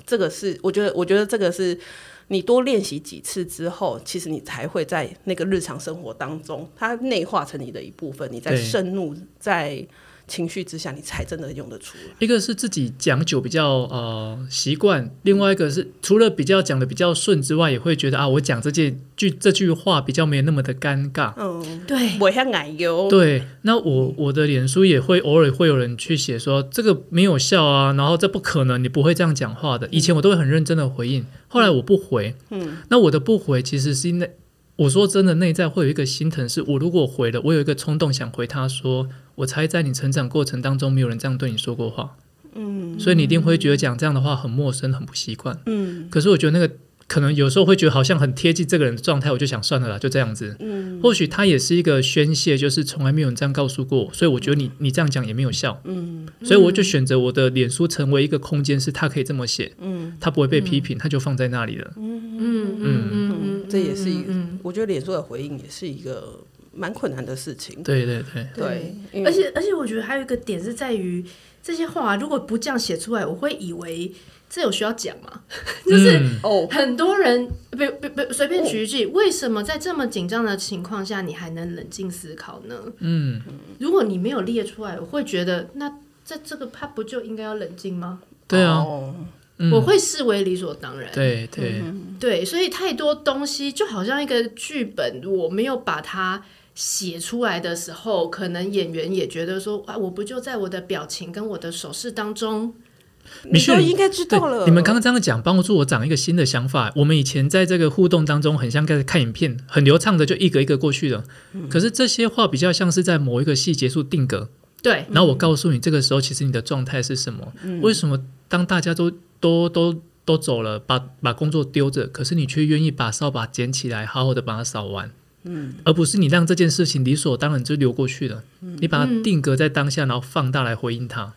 S1: 这个是我觉得，我觉得这个是你多练习几次之后，其实你才会在那个日常生活当中，它内化成你的一部分。你在
S4: 对
S1: 盛怒、在情绪之下，你才真的用得出来。
S4: 一个是自己讲久比较呃习惯，另外一个是除了比较讲的比较顺之外，也会觉得啊，我讲这件句这句话比较没有那么的尴尬。
S1: 嗯，
S3: 对，
S1: 我像奶油，
S4: 对，那我我的脸书也会偶尔会有人去写说这个没有效啊，然后这不可能，你不会这样讲话的。以前我都会很认真的回应，后来我不回，嗯，那我的不回其实是因为我说真的内在会有一个心疼，是我如果回了，我有一个冲动想回他说，我猜在你成长过程当中没有人这样对你说过话，嗯，所以你一定会觉得讲这样的话很陌生，很不习惯，嗯，可是我觉得那个。可能有时候会觉得好像很贴近这个人的状态，我就想算了啦，就这样子。嗯或许它也是一个宣泄，就是从来没有人这样告诉过我，所以我觉得你你这样讲也没有效，嗯，所以我就选择我的脸书成为一个空间，是它可以这么写，嗯，它不会被批评，它就放在那里了，
S3: 嗯嗯嗯
S1: 嗯，这也是一个
S3: 嗯嗯，
S1: 我觉得脸书的回应也是一个蛮困难的事情。
S4: 对对对，
S1: 对，因为
S3: 而且而且我觉得还有一个点是在于这些话、啊如果不这样写出来，我会以为这有需要讲吗？就是。
S4: 嗯
S1: 哦，
S3: 很多人不不不随便举一句，为什么在这么紧张的情况下，你还能冷静思考呢？嗯，如果你没有列出来，我会觉得那在这个他不就应该要冷静吗？
S4: 对啊，
S1: 哦
S4: 嗯
S3: 我会视为理所当然。
S4: 对对，
S3: 嗯对，所以太多东西就好像一个剧本，我没有把它写出来的时候，可能演员也觉得说啊，我不就在我的表情跟我的手势当中，
S1: 你
S4: 秀
S1: 都应该知
S4: 对
S1: 道了。
S4: 你们刚刚这样讲，帮助我长一个新的想法。我们以前在这个互动当中，很像在看影片，很流畅的就一个一个过去了。可是这些话比较像是在某一个细节处定格，
S3: 对，
S4: 然后我告诉你，这个时候其实你的状态是什么？为什么当大家都都都都走了，把把工作丢着，可是你却愿意把扫把捡起来，好好的把它扫完？嗯，而不是你让这件事情理所当然就流过去了，你把它定格在当下，然后放大来回应它。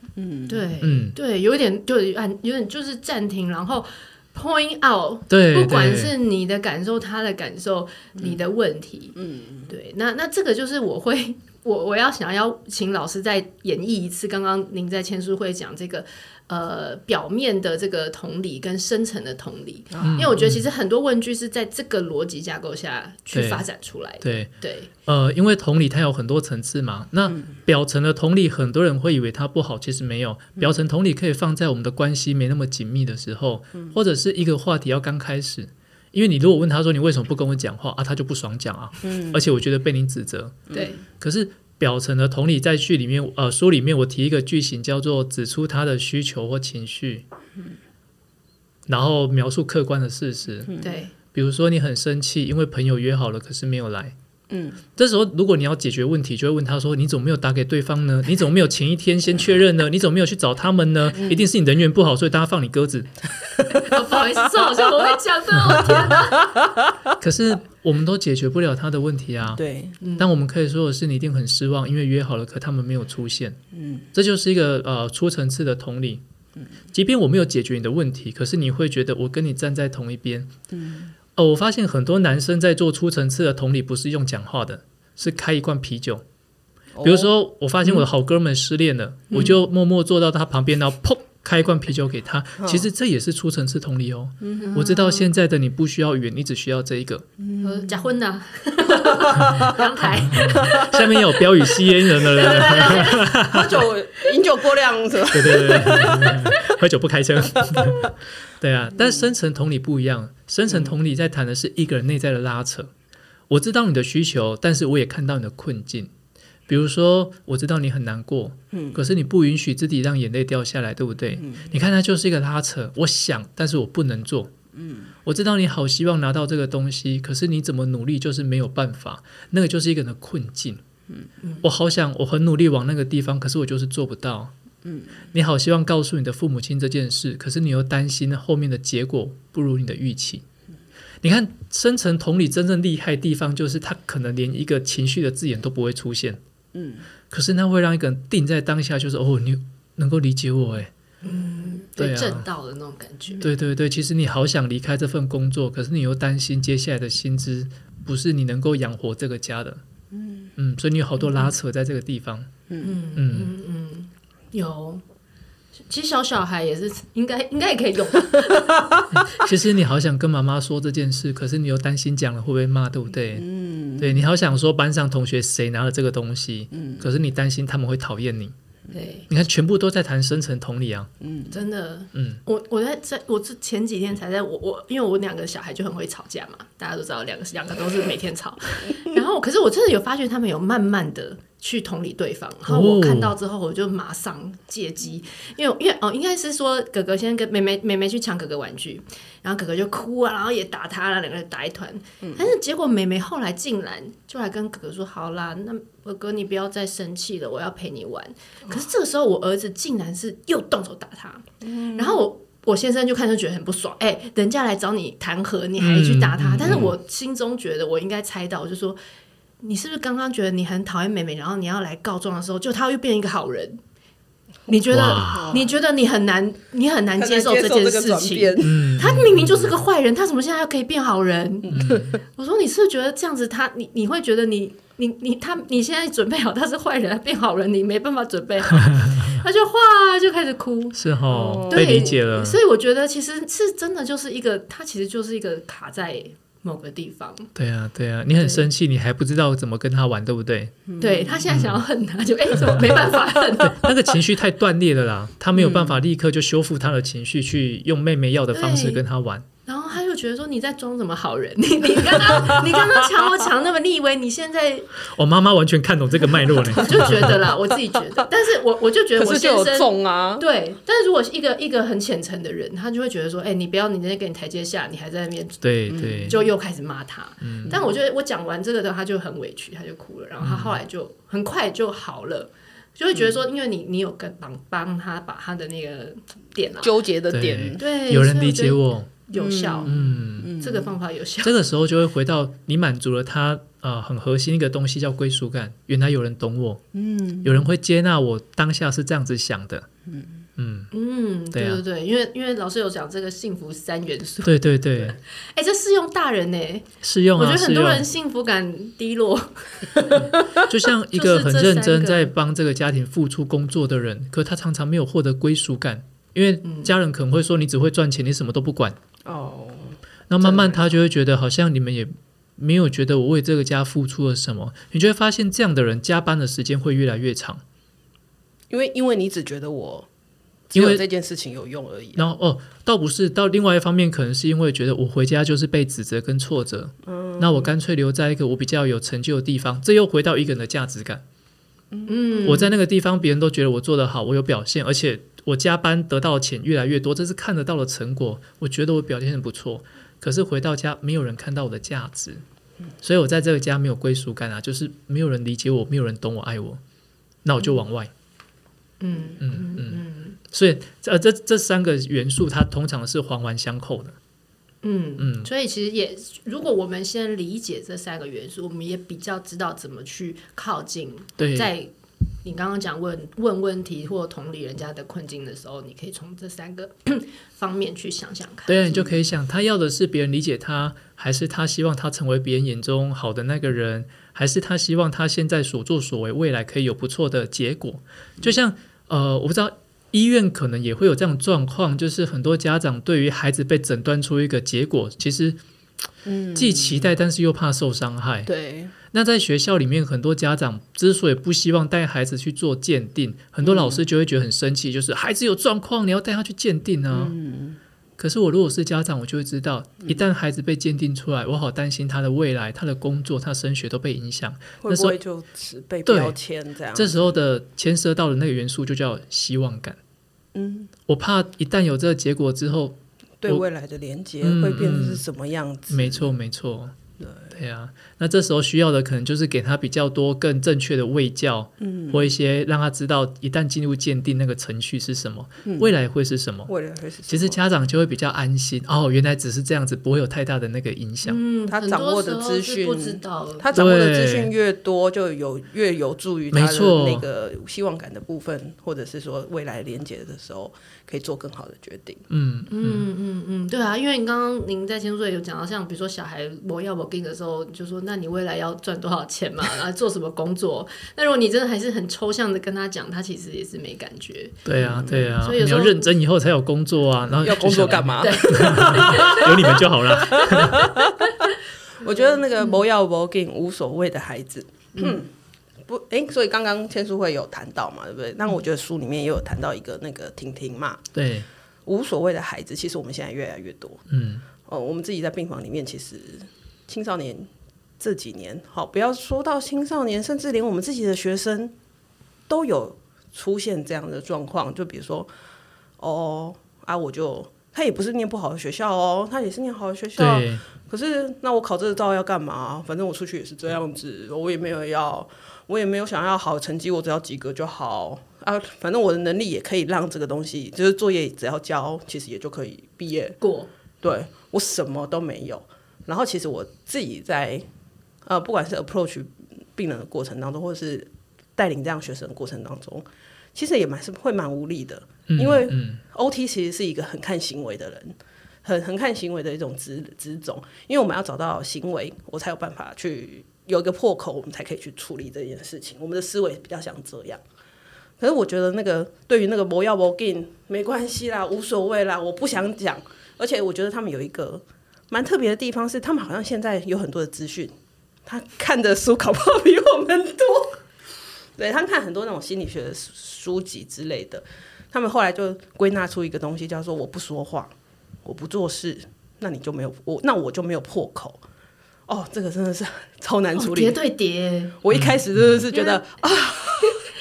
S3: 对，
S4: 嗯
S3: 对，有一点就按，有点就是暂停，然后 point out，
S4: 对，
S3: 不管
S4: 对
S3: 是你的感受、他的感受、你的问题，嗯，对，那那这个就是我会， 我我要想要请老师再演绎一次刚刚您在签书会讲这个。呃，表面的这个同理跟深层的同理，
S4: 啊
S3: 因为我觉得其实很多问句是在这个逻辑架构下去
S4: 对
S3: 发展出来的。
S4: 对，
S3: 对，
S4: 呃，因为同理它有很多层次嘛，那表层的同理，很多人会以为它不好，其实没有。表层同理可以放在我们的关系没那么紧密的时候，或者是一个话题要刚开始。因为你如果问他说你为什么不跟我讲话啊，他就不爽讲啊，而且我觉得被你指责。
S3: 对，
S4: 可是表层的同理在剧里面，呃，书里面我提一个句型叫做指出他的需求或情绪，然后描述客观的事实。
S3: 对，
S4: 比如说你很生气，因为朋友约好了，可是没有来。嗯，这时候如果你要解决问题，就会问他说：“你怎么没有打给对方呢？你怎么没有前一天先确认呢？你怎么没有去找他们呢？一定是你人缘不好，所以大家放你鸽子。
S3: 哦不好意思，这好像我会讲的，我天哪！”
S4: 可是我们都解决不了他的问题啊。
S1: 对，
S4: 但我们可以说的是，你一定很失望，因为约好了，可他们没有出现。嗯，这就是一个呃初层次的同理。即便我没有解决你的问题，可是你会觉得我跟你站在同一边。嗯，哦，我发现很多男生在做初层次的同理，不是用讲话的，是开一罐啤酒。比
S1: 哦
S4: 如说，我发现我的好哥们失恋了，我就默默坐到他旁边，然后砰。开一罐啤酒给他，其实这也是初层次同理哦。我知道现在的你不需要语言，你只需要这一个。
S3: 呃，假婚 呐， 阳台，
S4: 下面有标语吸烟人的人。
S1: 喝酒饮酒过量 是吧？
S4: 对对对对，喝酒不开车。对啊，但深层同理不一样，深层同理在谈的是一个人内在的拉扯。我知道你的需求，但是我也看到你的困境。比如说，我知道你很难过，可是你不允许自己让眼泪掉下来，对不对？你看，它就是一个拉扯。我想，但是我不能做。我知道你好希望拿到这个东西，可是你怎么努力就是没有办法，那个就是一个人的困境。我好想，我很努力往那个地方，可是我就是做不到。你好希望告诉你的父母亲这件事，可是你又担心后面的结果不如你的预期。你看，深层同理真正厉害的地方，就是他可能连一个情绪的字眼都不会出现。嗯，可是那会让一个人定在当下，就是哦，你能够理解我哎。嗯，对
S3: 被震
S4: 啊，
S3: 到的那种感觉。
S4: 对对对，其实你好想离开这份工作，可是你又担心接下来的薪资不是你能够养活这个家的。嗯嗯，所以你有好多拉扯在这个地方。嗯嗯。
S3: 有，其实小小孩也是应该应该也可以用。
S4: 其实你好想跟妈妈说这件事，可是你又担心讲了会不会骂，对不对？嗯，对你好想说班上同学谁拿了这个东西，嗯，可是你担心他们会讨厌你。
S3: 对，
S4: 你看，全部都在谈深层同理啊，
S3: 真的，
S4: 嗯，
S3: 我我在在我这前几天才在我我因为我两个小孩就很会吵架嘛，大家都知道两个两个都是每天吵，然后可是我真的有发觉他们有慢慢的。去同理对方，然后我看到之后，我就马上借机，因为因为哦，应该是说哥哥先跟妹妹妹妹去抢哥哥玩具，然后哥哥就哭啊，然后也打他了，两个人打一团。但是结果妹妹后来竟然就来跟哥哥说：“好啦，那哥哥你不要再生气了，我要陪你玩。”可是这个时候我儿子竟然是又动手打他，然后我。我先生就看就觉得很不爽，哎、人家来找你谈和，你还去打他，但是我心中觉得我应该猜到，我就说你是不是刚刚觉得你很讨厌妹妹，然后你要来告状的时候，就他又变一个好人？你觉得
S4: 哇
S3: 你觉得你很难，你很难接受这件
S1: 个
S3: 事
S1: 转
S3: 情，
S1: 变，
S3: 他明明就是个坏人，他怎么现在又可以变好人？ 我说你是不是觉得这样子他，你你会觉得你你你他你现在准备好他是坏人，他变好人，你没办法准备好，他就哗就开始哭。
S4: 是哦，
S3: 对
S4: 被理解了。
S3: 所以我觉得其实是真的，就是一个他其实就是一个卡在某个地方。
S4: 对啊，对啊，你很生气，你还不知道怎么跟他玩，对不对？
S1: 嗯
S3: 对他现在想要恨他，就哎、怎么没办法恨？
S4: 那个情绪太断裂了啦，他没有办法立刻就修复他的情绪，去用妹妹要的方式
S3: 对
S4: 跟他玩。
S3: 然后他就觉得说你在装什么好人？你你刚刚你刚刚抢我抢那么，你以为你现在
S4: 我哦妈妈完全看懂这个脉 络呢。
S3: 我就觉得啦，我自己觉得，但是我我就觉得
S1: 可
S3: 我
S1: 是就
S3: 先
S1: 有
S3: 生
S1: 中啊，
S3: 对，但是如果是一个一个很虔诚的人，他就会觉得说，哎、你不要你今天给你台阶下，你还在那边，
S4: 对对，
S3: 就又开始骂他。
S4: 嗯
S3: 但我觉得我讲完这个的，他就很委屈，他就哭了，然后他后来就很快就好了。就会觉得说，因为你你有跟帮帮他把他的那个点啊，
S1: 纠结的
S4: 对
S1: 点，
S3: 对，
S4: 有人
S3: 所以
S4: 理
S3: 觉
S4: 解
S3: 得
S4: 我，
S3: 有效，
S4: 嗯，
S3: 这个方法有效，
S4: 这个时候就会回到你满足了他呃很核心一个东西叫归属感，原来有人懂我，嗯，有人会接纳我当下是这样子想的，嗯
S3: 嗯，对
S4: 对啊
S3: 对对，因为因为老师有讲这个幸福三元素，
S4: 对对对，
S3: 哎，这适用大人呢，
S4: 适用
S3: 我觉
S4: 啊
S3: 得很
S4: 适
S3: 多人
S4: 用，
S3: 幸福感低落，
S4: 就像
S3: 就
S4: 一
S3: 是
S4: 个很
S3: 这
S4: 认
S3: 三
S4: 真
S3: 个
S4: 在帮这个家庭付出工作的人，可他常常没有获得归属感，因为
S3: 嗯
S4: 家人可能会说你只会赚钱，你什么都不管，
S1: 哦，
S4: 那慢慢他就会觉得好像你们也没有觉得我为这个家付出了什么，你就会发现这样的人加班的时间会越来越长。
S1: 因为因为你只觉得我只
S4: 因为
S1: 有这件事情有用而已，
S4: 然后哦，倒不是，到另外一方面，可能是因为觉得我回家就是被指责跟挫折，那我干脆留在一个我比较有成就的地方，这又回到一个人的价值感。嗯，我在那个地方，别人都觉得我做得好，我有表现，而且我加班得到的钱越来越多，这是看得到的成果。我觉得我表现得不错，可是回到家，没有人看到我的价值，所以我在这个家没有归属感啊，就是没有人理解我，没有人懂我、爱我，那我就往外。
S3: 嗯
S4: 嗯，嗯，所以呃，这这三个元素它通常是环环相扣的。
S3: 嗯
S4: 嗯
S3: 所以其实也，如果我们先理解这三个元素，我们也比较知道怎么去靠近，
S4: 对，
S3: 在你刚刚讲问问问题或同理人家的困境的时候，你可以从这三个 方面去想想看。
S4: 对啊，你就可以想，他要的是别人理解他，还是他希望他成为别人眼中好的那个人，还是他希望他现在所作所为未来可以有不错的结果？就像呃，我不知道。医院可能也会有这样的状况，就是很多家长对于孩子被诊断出一个结果，其实
S1: 嗯，
S4: 既期待，但是又怕受伤害。
S1: 对，
S4: 那在学校里面，很多家长之所以不希望带孩子去做鉴定，很多老师就会觉得很生气，就是孩子有状况，你要带他去鉴定啊。可是我如果是家长，我就会知道，一旦孩子被鉴定出来，我好担心他的未来、他的工作、他升学都被影响。
S1: 会
S4: 时
S1: 不
S4: 候
S1: 会就是被
S4: 对
S1: 标签这样？
S4: 这时候的牵涉到的那个元素就叫希望感。嗯，我怕一旦有这个结果之后，
S1: 对
S4: 我
S1: 未来的连接
S4: 嗯
S1: 会变成是什么样子？
S4: 没错，没错，对啊，那这时候需要的可能就是给他比较多更正确的卫教，嗯，或一些让他知道一旦进入鉴定那个程序是什么，未来会是什么。
S1: 未来会是什么
S4: 其实家长就会比较安心哦，原来只是这样子，不会有太大的那个影响。
S3: 嗯，
S1: 他
S3: 很
S1: 掌
S3: 多
S1: 握
S3: 时
S1: 的
S3: 候
S1: 资
S3: 是
S1: 讯
S3: 不知道的，
S1: 他掌握的资
S4: 对
S1: 讯越多，就有越有助于他
S4: 没
S1: 的
S4: 错
S1: 那个希望感的部分，或者是说未来连接的时候，可以做更好的决定。
S4: 嗯，
S3: 嗯嗯嗯，对啊，因为你刚刚您在签书会有讲到，像比如说小孩我要我跟的时候，你就说那你未来要赚多少钱嘛， 然后做什么工作？那如果你真的还是很抽象的跟他讲，他其实也是没感觉。
S4: 对啊，对啊，
S3: 所以有
S4: 你
S3: 时
S4: 要
S3: 候
S4: 认真以后才有工作啊，然后
S1: 要
S4: 就
S1: 工作
S4: 想
S1: 干嘛？
S4: 有你们就好了。
S1: 我觉得那个不要不给无所谓的孩子，嗯， 不，哎、所以刚刚签书会有谈到嘛，对不对？那我觉得书里面也有谈到一个那个婷婷嘛，
S4: 对，
S1: 无所谓的孩子，其实我们现在越来越多。
S4: 嗯，
S1: 哦，我们自己在病房里面，其实青少年这几年，好，不要说到青少年，甚至连我们自己的学生都有出现这样的状况。就比如说，哦啊，我就他也不是念不好的学校哦，他也是念好的学校，
S4: 对，
S1: 可是那我考这个照要干嘛？啊反正我出去也是这样子，我也没有要，我也没有想要好成绩，我只要及格就好啊。反正我的能力也可以让这个东西，就是作业只要交，其实也就可以毕业。
S3: 过，
S1: 对我什么都没有。然后其实我自己在呃，不管是 approach 病人的过程当中，或者是带领这样学生的过程当中，其实也蛮是会蛮无力的，因为 OT 其实是一个很看行为的人，很很看行为的一种职职种，因为我们要找到行为，我才有办法去有一个破口，我们才可以去处理这件事情。我们的思维比较像这样。可是我觉得那个对于那个不要不进没关系啦，无所谓啦，我不想讲。而且我觉得他们有一个蛮特别的地方是，他们好像现在有很多的资讯，他看的书搞不好比我们多。对他看很多那种心理学的书书籍之类的，他们后来就归纳出一个东西，叫做“我不说话，我不做事”，那你就没有我，那我就没有破口。哦，这个真的是超难处
S3: 哦
S1: 理。
S3: 叠对叠，
S1: 我一开始真的是觉得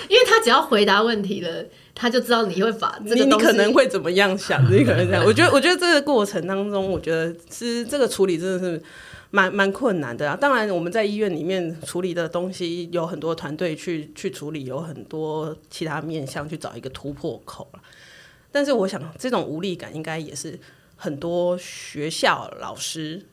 S3: 因为他只要回答问题了，他就知道你会把这
S1: 你
S3: 个
S1: 你
S3: 东西
S1: 可能会怎么 样想？你可能这样，我觉得我觉得这个过程当中，我觉得是这个处理真的是蛮蛮困难的啊。当然，我们在医院里面处理的东西有很多团队去去处理，有很多其他面向去找一个突破口了。但是我想，这种无力感应该也是很多学校老师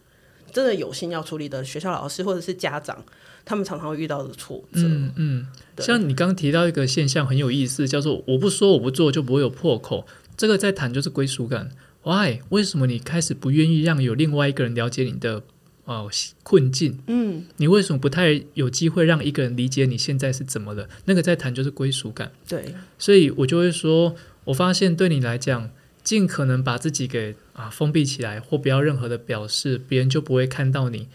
S1: 真的有心要处理的学校老师或者是家长，他们常常会遇到的挫折。
S4: 嗯嗯，像你刚刚提到一个现象很有意思，叫做我不说我不做就不会有破口。这个在谈就是归属感。Why？为什么你开始不愿意让有另外一个人了解你的哦困境？嗯，你为什么不太有机会让一个人理解你现在是怎么了？那个在谈就是归属感。
S1: 对，
S4: 所以我就会说，我发现对你来讲，尽可能把自己给啊封闭起来，或不要任何的表示，别人就不会看到你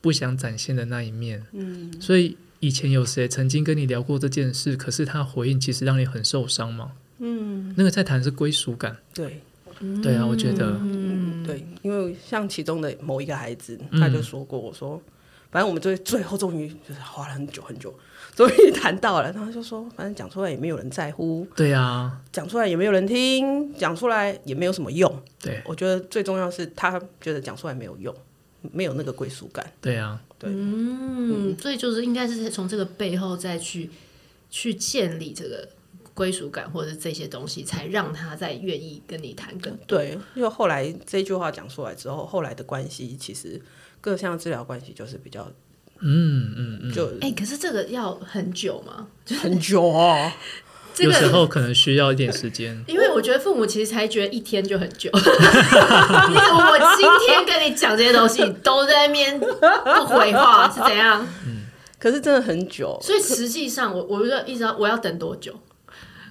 S4: 不想展现的那一面。嗯，所以以前有谁曾经跟你聊过这件事，可是他回应其实让你很受伤吗？嗯，那个在谈是归属感。
S1: 对，
S4: 对啊，我觉得，
S1: 嗯，对，因为像其中的某一个孩子，
S4: 嗯
S1: 他就说过，我说，反正我们最最后终于就是花了很久很久，终于谈到了，然后就说，反正讲出来也没有人在乎，
S4: 对啊，
S1: 讲出来也没有人听，讲出来也没有什么用。
S4: 对
S1: 我觉得最重要是他觉得讲出来没有用，没有那个归属感。
S4: 对啊，
S3: 嗯，所以就是应该是从这个背后再去去建立这个归属感，或者是这些东西，才让他再愿意跟你谈更多。
S1: 对，因为后来这句话讲出来之后，后来的关系其实各项治疗关系就是比较
S4: 嗯嗯嗯，
S1: 就
S3: 哎、可是这个要很久吗？
S1: 很久哦。
S3: 这
S4: 有时
S3: 个。。
S4: 候可能需要一点时间
S3: 因为我觉得父母其实才觉得一天就很久， 你我今天跟你讲这些东西，你都在那边不回话是怎样？
S1: 可是真的很久，
S3: 所以实际上我，我就一直要我要等多久？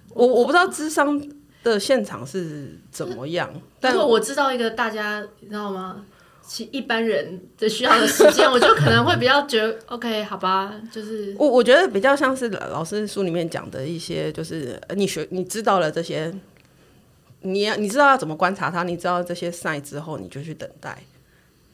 S1: 我我不知道智商的现场是怎么样，但
S3: 如果我知道一个大家你知道吗？其一般人的需要的时间，我就可能会比较觉得 OK，好吧，就是
S1: 我我觉得比较像是老师书里面讲的一些，就是呃你学你知道了这些，你要你知道要怎么观察它，你知道这些 sign 之后，你就去等待，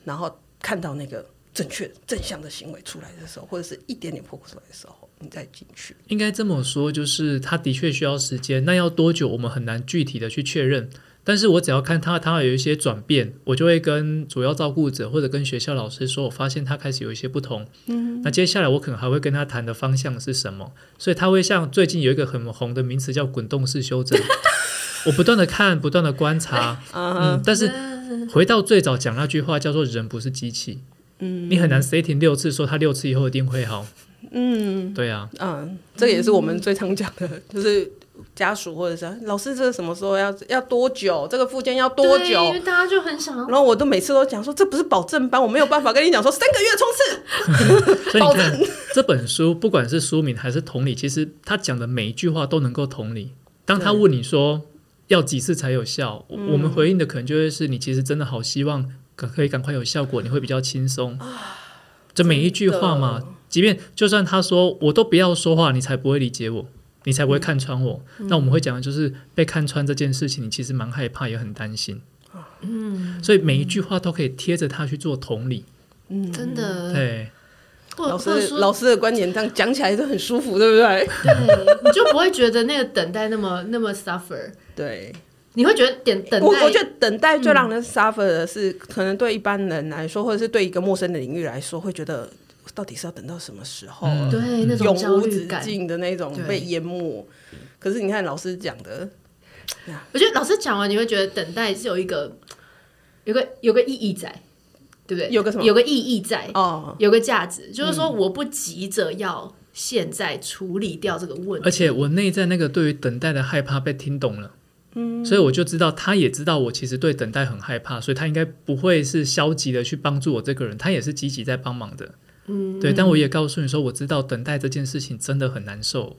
S1: 然后看到那个正确正向的行为出来的时候，或者是一点点破出来的时候，你再进去。
S4: 应该这么说，就是他的确需要时间，那要多久我们很难具体的去确认。但是我只要看他，他有一些转变，我就会跟主要照顾者或者跟学校老师说，我发现他开始有一些不同。嗯，那接下来我可能还会跟他谈的方向是什么，所以他会像最近有一个很红的名词叫滚动式修 正，我不断的看，不断的观 察，嗯，但是回到最早讲那句话叫做人不是机器，嗯，你很难 setting 六次说他六次以后一定会好，嗯，对啊，
S1: 嗯，这个也是我们最常讲的，就是家属或者是老师，这个什么时候要要多久？这个附件要多
S3: 对因
S1: 久
S3: 为？大家就很想要
S1: 然后我都每次都讲说，这不是保证班，我没有办法跟你讲说三个月冲刺。
S4: 所以你看这本书，不管是书名还是同理，其实他讲的每一句话都能够同理。当他问你说要几次才有效，我我们回应的可能就会是你其实真的好希望可可以赶快有效果，你会比较轻松。这每一句话嘛，即便就算他说我都不要说话，你才不会理解我，你才不会看穿我。那我们会讲的就是被看穿这件事情，你其实蛮害怕，也很担心。嗯，所以每一句话都可以贴着他去做同理。
S1: 嗯
S3: 真的，
S4: 对，
S3: 或
S1: 老
S3: 或者
S1: 师
S3: 说
S1: 老师的观点，这样讲起来就很舒服，对不 对？
S3: 对，你就不会觉得那个等待那么那么 suffer，
S1: 对，
S3: 你会觉得点等待，嗯
S1: 我我觉得等待最让人 suffer 的是，可能对一般人来说，或者是对一个陌生的领域来说，会觉得到底是要等到什么时候啊、
S4: 嗯
S3: 对那种焦
S1: 永无
S3: 虑
S1: 止
S3: 感。
S1: 境的那种
S3: 对
S1: 被淹没。可是你看老师讲的，
S3: 我觉得老师讲完，你会觉得等待是有一个有个有个意义在，对不对？
S1: 有个什么
S3: 有个意义在，
S1: 哦，嗯
S3: 有个价值，就是说我不急着要现在处理掉这个问
S4: 而
S3: 题。
S4: 且我内在那个对于等待的害怕被听懂了，嗯，所以我就知道他也知道我其实对等待很害怕，所以他应该不会是消极的去帮助我这个人，他也是积极在帮忙的，嗯，对。但我也告诉你说，我知道等待这件事情真的很难受，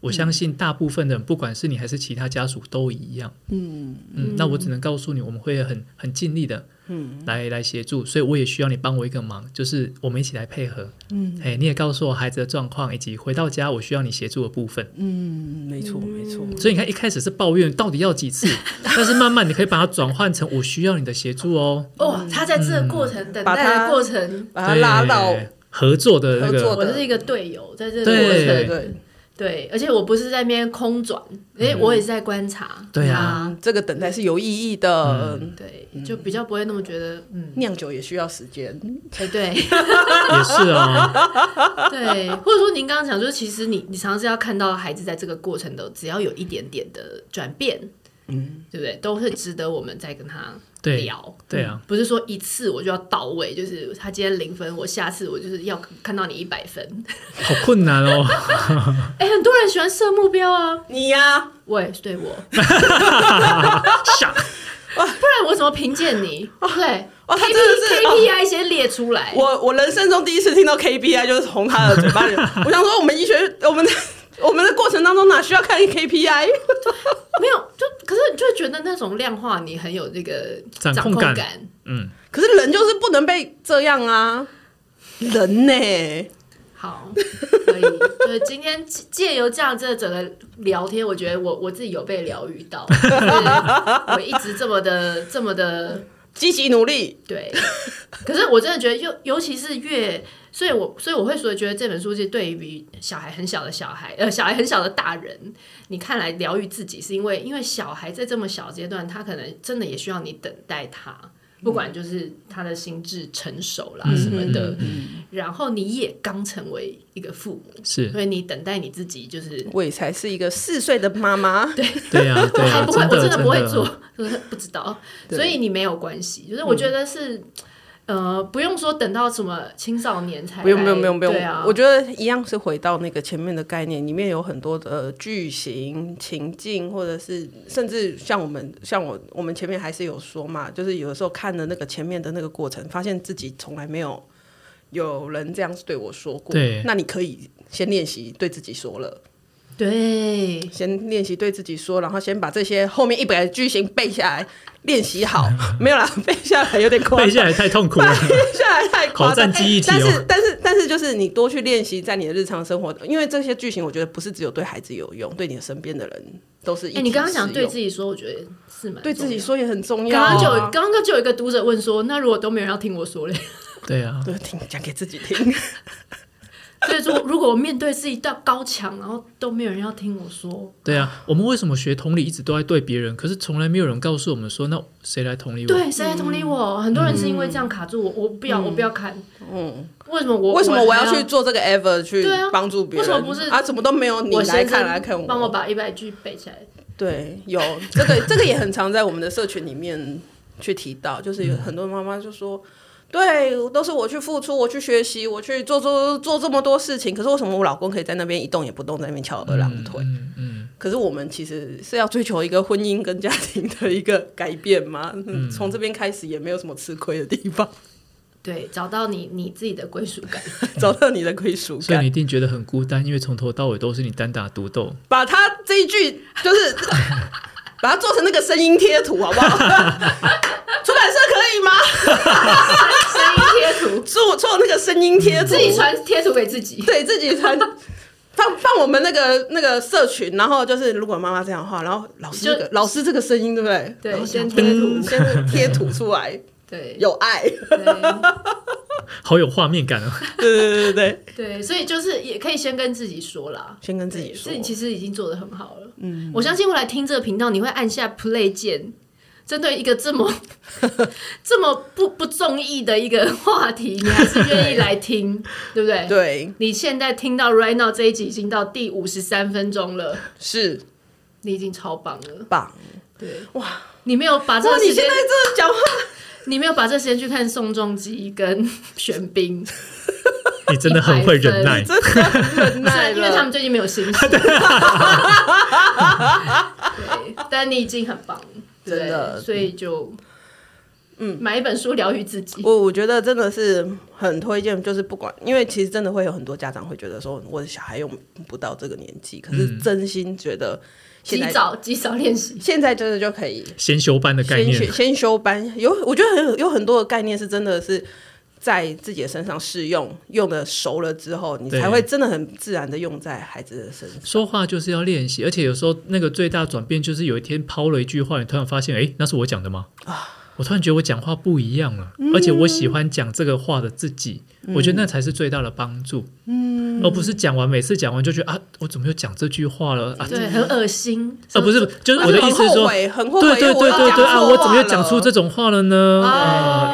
S4: 我相信大部分人，不管是你还是其他家属都一样，嗯嗯。那我只能告诉你，我们会很很尽力的。嗯，来来协助，所以我也需要你帮我一个忙，就是我们一起来配合。嗯，哎，你也告诉我孩子的状况，以及回到家我需要你协助的部分。
S1: 嗯，没错没错，
S4: 所以你看，一开始是抱怨到底要几次，但是慢慢你可以把它转换成我需要你的协助哦，
S3: 哦，他在这个过程、等
S1: 把
S3: 待
S1: 他
S3: 的过程，
S1: 把它拉到
S4: 对合作的那
S1: 合作
S4: 个，
S1: 的
S3: 我是一个队友，在这个
S1: 对
S3: 过
S4: 对
S1: 对
S4: 嗯
S3: 程
S1: 对，
S3: 对，而且我不是在那边空转，哎、我也是在观察。
S4: 对啊
S3: 啊，
S1: 这个等待是有意义
S3: 嗯
S1: 的。
S3: 对，就比较不会那么觉得，嗯，
S1: 酿酒也需要时间，
S3: 哎、对
S4: 也是啊，
S3: 对，或者说您刚刚讲，就是其实你你常常是要看到孩子在这个过程的，只要有一点点的转变，嗯，对不对？都是值得我们再跟他
S4: 对
S3: 聊。嗯
S4: 对啊，
S3: 不是说一次我就要到位，就是他今天零分，我下次我就是要看到你一百分。
S4: 好困难哦。
S3: 哎、很多人喜欢设目标啊，
S1: 你呀、
S3: 喂，对我，
S4: 吓
S3: 不然我怎么评鉴你？对
S1: 哇哦他
S3: ，K
S1: 真的
S3: P
S1: 是哦
S3: K P I 先列出来。
S1: 我我人生中第一次听到 KPI 就是从他的嘴巴里。我想说，我们医学，我们的我们的过程当中哪需要看 KPI？
S3: 没有，就可是你就会觉得那种量化你很有这个
S4: 掌控
S3: 控
S4: 感
S3: 感
S4: 嗯，
S1: 可是人就是不能被这样啊，人呢、
S3: 好，可以。就是今天借由这样这整个聊天，我觉得我我自己有被疗愈到，就是我一直这么的这么的
S1: 积极努力，
S3: 对。 可是我真的觉得，尤尤其是越，所以我所以我会说，觉得这本书是对于小孩很小的小孩，呃，小孩很小的大人，你看来疗愈自己，是因为因为小孩在这么小阶段，他可能真的也需要你等待他。不管就是他的心智成熟啦什么的，然后你也刚成为一个父母，
S4: 是
S3: 所以你等待你自己就是。
S1: 我也才是一个四岁的妈妈。
S4: 对啊，对
S3: 还 哎
S4: 啊，
S3: 不会，
S4: 真
S3: 我真
S4: 的
S3: 不会做， 就是不知道，所以你没有关系。就是
S1: 嗯
S3: 我觉得是，呃，不用说等到什么青少年才来，
S1: 不用不用不用不用
S3: 对啊，，
S1: 我觉得一样是回到那个前面的概念，里面有很多的句型、情境，或者是甚至像我们像我我们前面还是有说嘛，就是有的时候看了那个前面的那个过程，发现自己从来没有有人这样子对我说过。
S4: 对
S1: 那你可以先练习对自己说了，
S3: 对，
S1: 先练习对自己说，然后先把这些后面一百个句型背下来，练习好。没有啦，背下来有点夸张
S4: 背。下来太痛苦了
S1: 拜。下来太夸
S4: 啊好
S1: 张
S4: 占，记忆体
S1: 但
S4: 哦
S1: 是但是但是，就是你多去练习，在你的日常生活，因为这些剧情，我觉得不是只有对孩子有用，对你的身边的人都是一体
S3: 哎、
S1: 适用。
S3: 你刚刚讲对自己说，我觉得是蛮
S1: 对自己
S3: 重
S1: 说也很重要啊。
S3: 要的。刚刚就有刚刚就有一个读者问说，那如果都没有人要听我说嘞，
S4: 对啊，
S1: 对听讲给自己听，
S3: 所以说如果我面对自己到高墙，然后都没有人要听我
S1: 嗯
S3: 说，
S4: 对啊，我们为什么学同理一直都在对别人，可是从来没有人告诉我们说，那谁来同理我？
S3: 对，谁来同理
S1: 嗯
S3: 我？很多人是因为这样卡住我，我不要，我不要看。嗯，为什么我
S1: 为什么
S3: 我
S1: 我
S3: 还
S1: 要去？做这个 ever 去
S3: 对啊
S1: 帮助别人？
S3: 为什么不是
S1: 啊？怎么都没有你
S3: 我
S1: 来
S3: 先
S1: 看来看我？
S3: 帮我把一百句背起来。
S1: 对，有这 个这个也很常在我们的社群里面去提到，就是有很多妈妈就说。对，都是我去付出，我去学习，我去做做做这么多事情。可是为什么我老公可以在那边一动也不动，在那边翘二郎腿？
S4: 嗯嗯，
S1: 可是我们其实是要追求一个婚姻跟家庭的一个改变嘛，嗯从、这边开始也没有什么吃亏的地方，
S3: 对，找到你你自己的归属感。
S1: 找到你的归属
S4: 所以你
S1: 感
S4: 一。定觉得很孤单，因为从头到尾都是你单打独斗。
S1: 把他这一句就是 把它做成那个声音贴图，好不好？ 出版社可以吗？
S3: 声音贴图，
S1: 做做那个声音贴图，
S3: 自己传贴图给自己。
S1: 对自己传。 放放我们那个那个社群，然后就是如果妈妈这样的话，然后老师
S3: 就
S1: 这个老师这个声音对不对？
S3: 对
S1: 然后
S3: 先
S1: 想
S3: 贴图
S1: 先贴图出来，
S3: 对，
S1: 有爱，
S3: 对
S4: 好有画面感啊！
S1: 对对对对，
S3: 对，所以就是也可以先跟自己说啦。
S1: 先跟自
S3: 对
S1: 己说
S3: 自己，其实已经做的很好了。嗯，我相信未来听这个频道，你会按下 play 键，针对一个 这么这么不不中意的一个话题，你还是愿意来听，对不 对？。
S1: 对，
S3: 你现在听到 right now 这一集已经到第五十三分钟了，
S1: 是
S3: 你已经超棒了。
S1: 棒。
S3: 对，
S1: 哇
S3: 你没有把这
S1: 哇，
S3: 个
S1: 你
S3: 时
S1: 现
S3: 间
S1: 在，这讲话，
S3: 你没有把这时间去看宋仲基 跟玄彬，
S4: 你真的很会忍 耐
S3: 一，
S1: 很啊 耐
S3: 因为他
S1: 了
S3: 们。最近没有薪水。对，但你已经很棒，对
S1: 真的
S3: 所以就嗯，买一本书疗愈自己。
S1: 我我觉得真的是很推荐，就是不管，因为其实真的会有很多家长会觉得说，我的小孩用不到这个年纪，可是真心觉得现
S3: 及
S1: 在
S3: 嗯早及早练习，
S1: 现在真的就可以
S4: 先修班的概
S1: 先学
S4: 念，
S1: 先修班，有我觉得很有很多的概念是真的是在自己的身上试用，用的熟了之后，你
S4: 对
S1: 才会真的很自然的用在孩子的身上。
S4: 说话就是要练习，而且有时候那个最大转变就是有一天抛了一句话，你突然发现，哎，那是我讲的吗？
S1: 啊
S4: 我突然觉得我讲话不一
S1: 嗯
S4: 样了，而且我喜欢讲这个话的自己，我觉得那才是最大的帮助。嗯，而不是讲完每次讲完就觉得啊，我怎么又讲这句话了啊？
S3: 对，很恶心。呃
S4: 啊，不是，就是我的意思是
S1: 很后
S4: 说，
S1: 悔，很后悔，
S4: 对
S1: 因
S4: 对
S1: 为
S4: 对
S1: 我
S4: 对
S1: 讲
S4: 对
S1: 错
S4: 啊！
S1: 话
S4: 我怎么又讲
S1: 了
S4: 出这种话了呢？
S3: 啊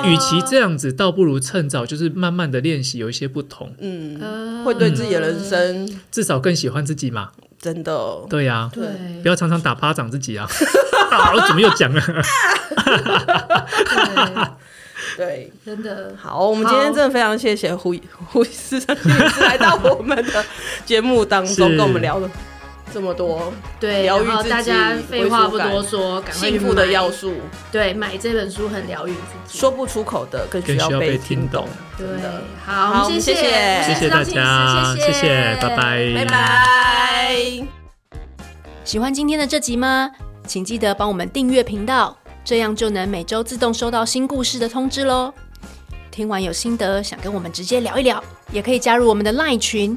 S4: 啊，与其这样子，倒不如趁早就是慢慢的练习，有一些不同，
S3: 嗯
S1: 会对自己的人生
S4: 至少更喜欢自己嘛。
S1: 真的
S4: 对呀、
S3: 对
S4: 不要常常打巴掌自己啊！啊，我怎么又讲了？
S3: 对，
S1: 对。
S3: 真的
S1: 好，我们今天真的非常谢谢胡胡市长心理师来到我们的节目当中，
S4: 是
S1: 跟我们聊了这么多
S3: 对。
S1: 疗愈
S3: 然后
S1: 自
S3: 大
S1: 己
S3: 家
S1: 归
S3: 废
S1: 属
S3: 话不
S1: 感
S3: 多说，赶快去
S1: 幸福的
S3: 买
S1: 要素，
S3: 对，买这本书很疗愈自己。
S1: 说不出口的更需
S4: 更需要被
S1: 被
S4: 听懂
S1: 懂。
S3: 对
S1: 真的，好
S3: 好，
S1: 我
S3: 我
S1: 们
S3: 们
S1: 谢
S3: 谢
S1: 谢
S4: 谢谢大家，谢
S3: 谢
S4: 谢，拜拜，
S1: 拜拜。
S2: 喜欢今天的这集吗？请记得帮我们订阅频道，这样就能每周自动收到新故事的通知喽。听完有心得，想跟我们直接聊一聊，也可以加入我们的 LINE 群，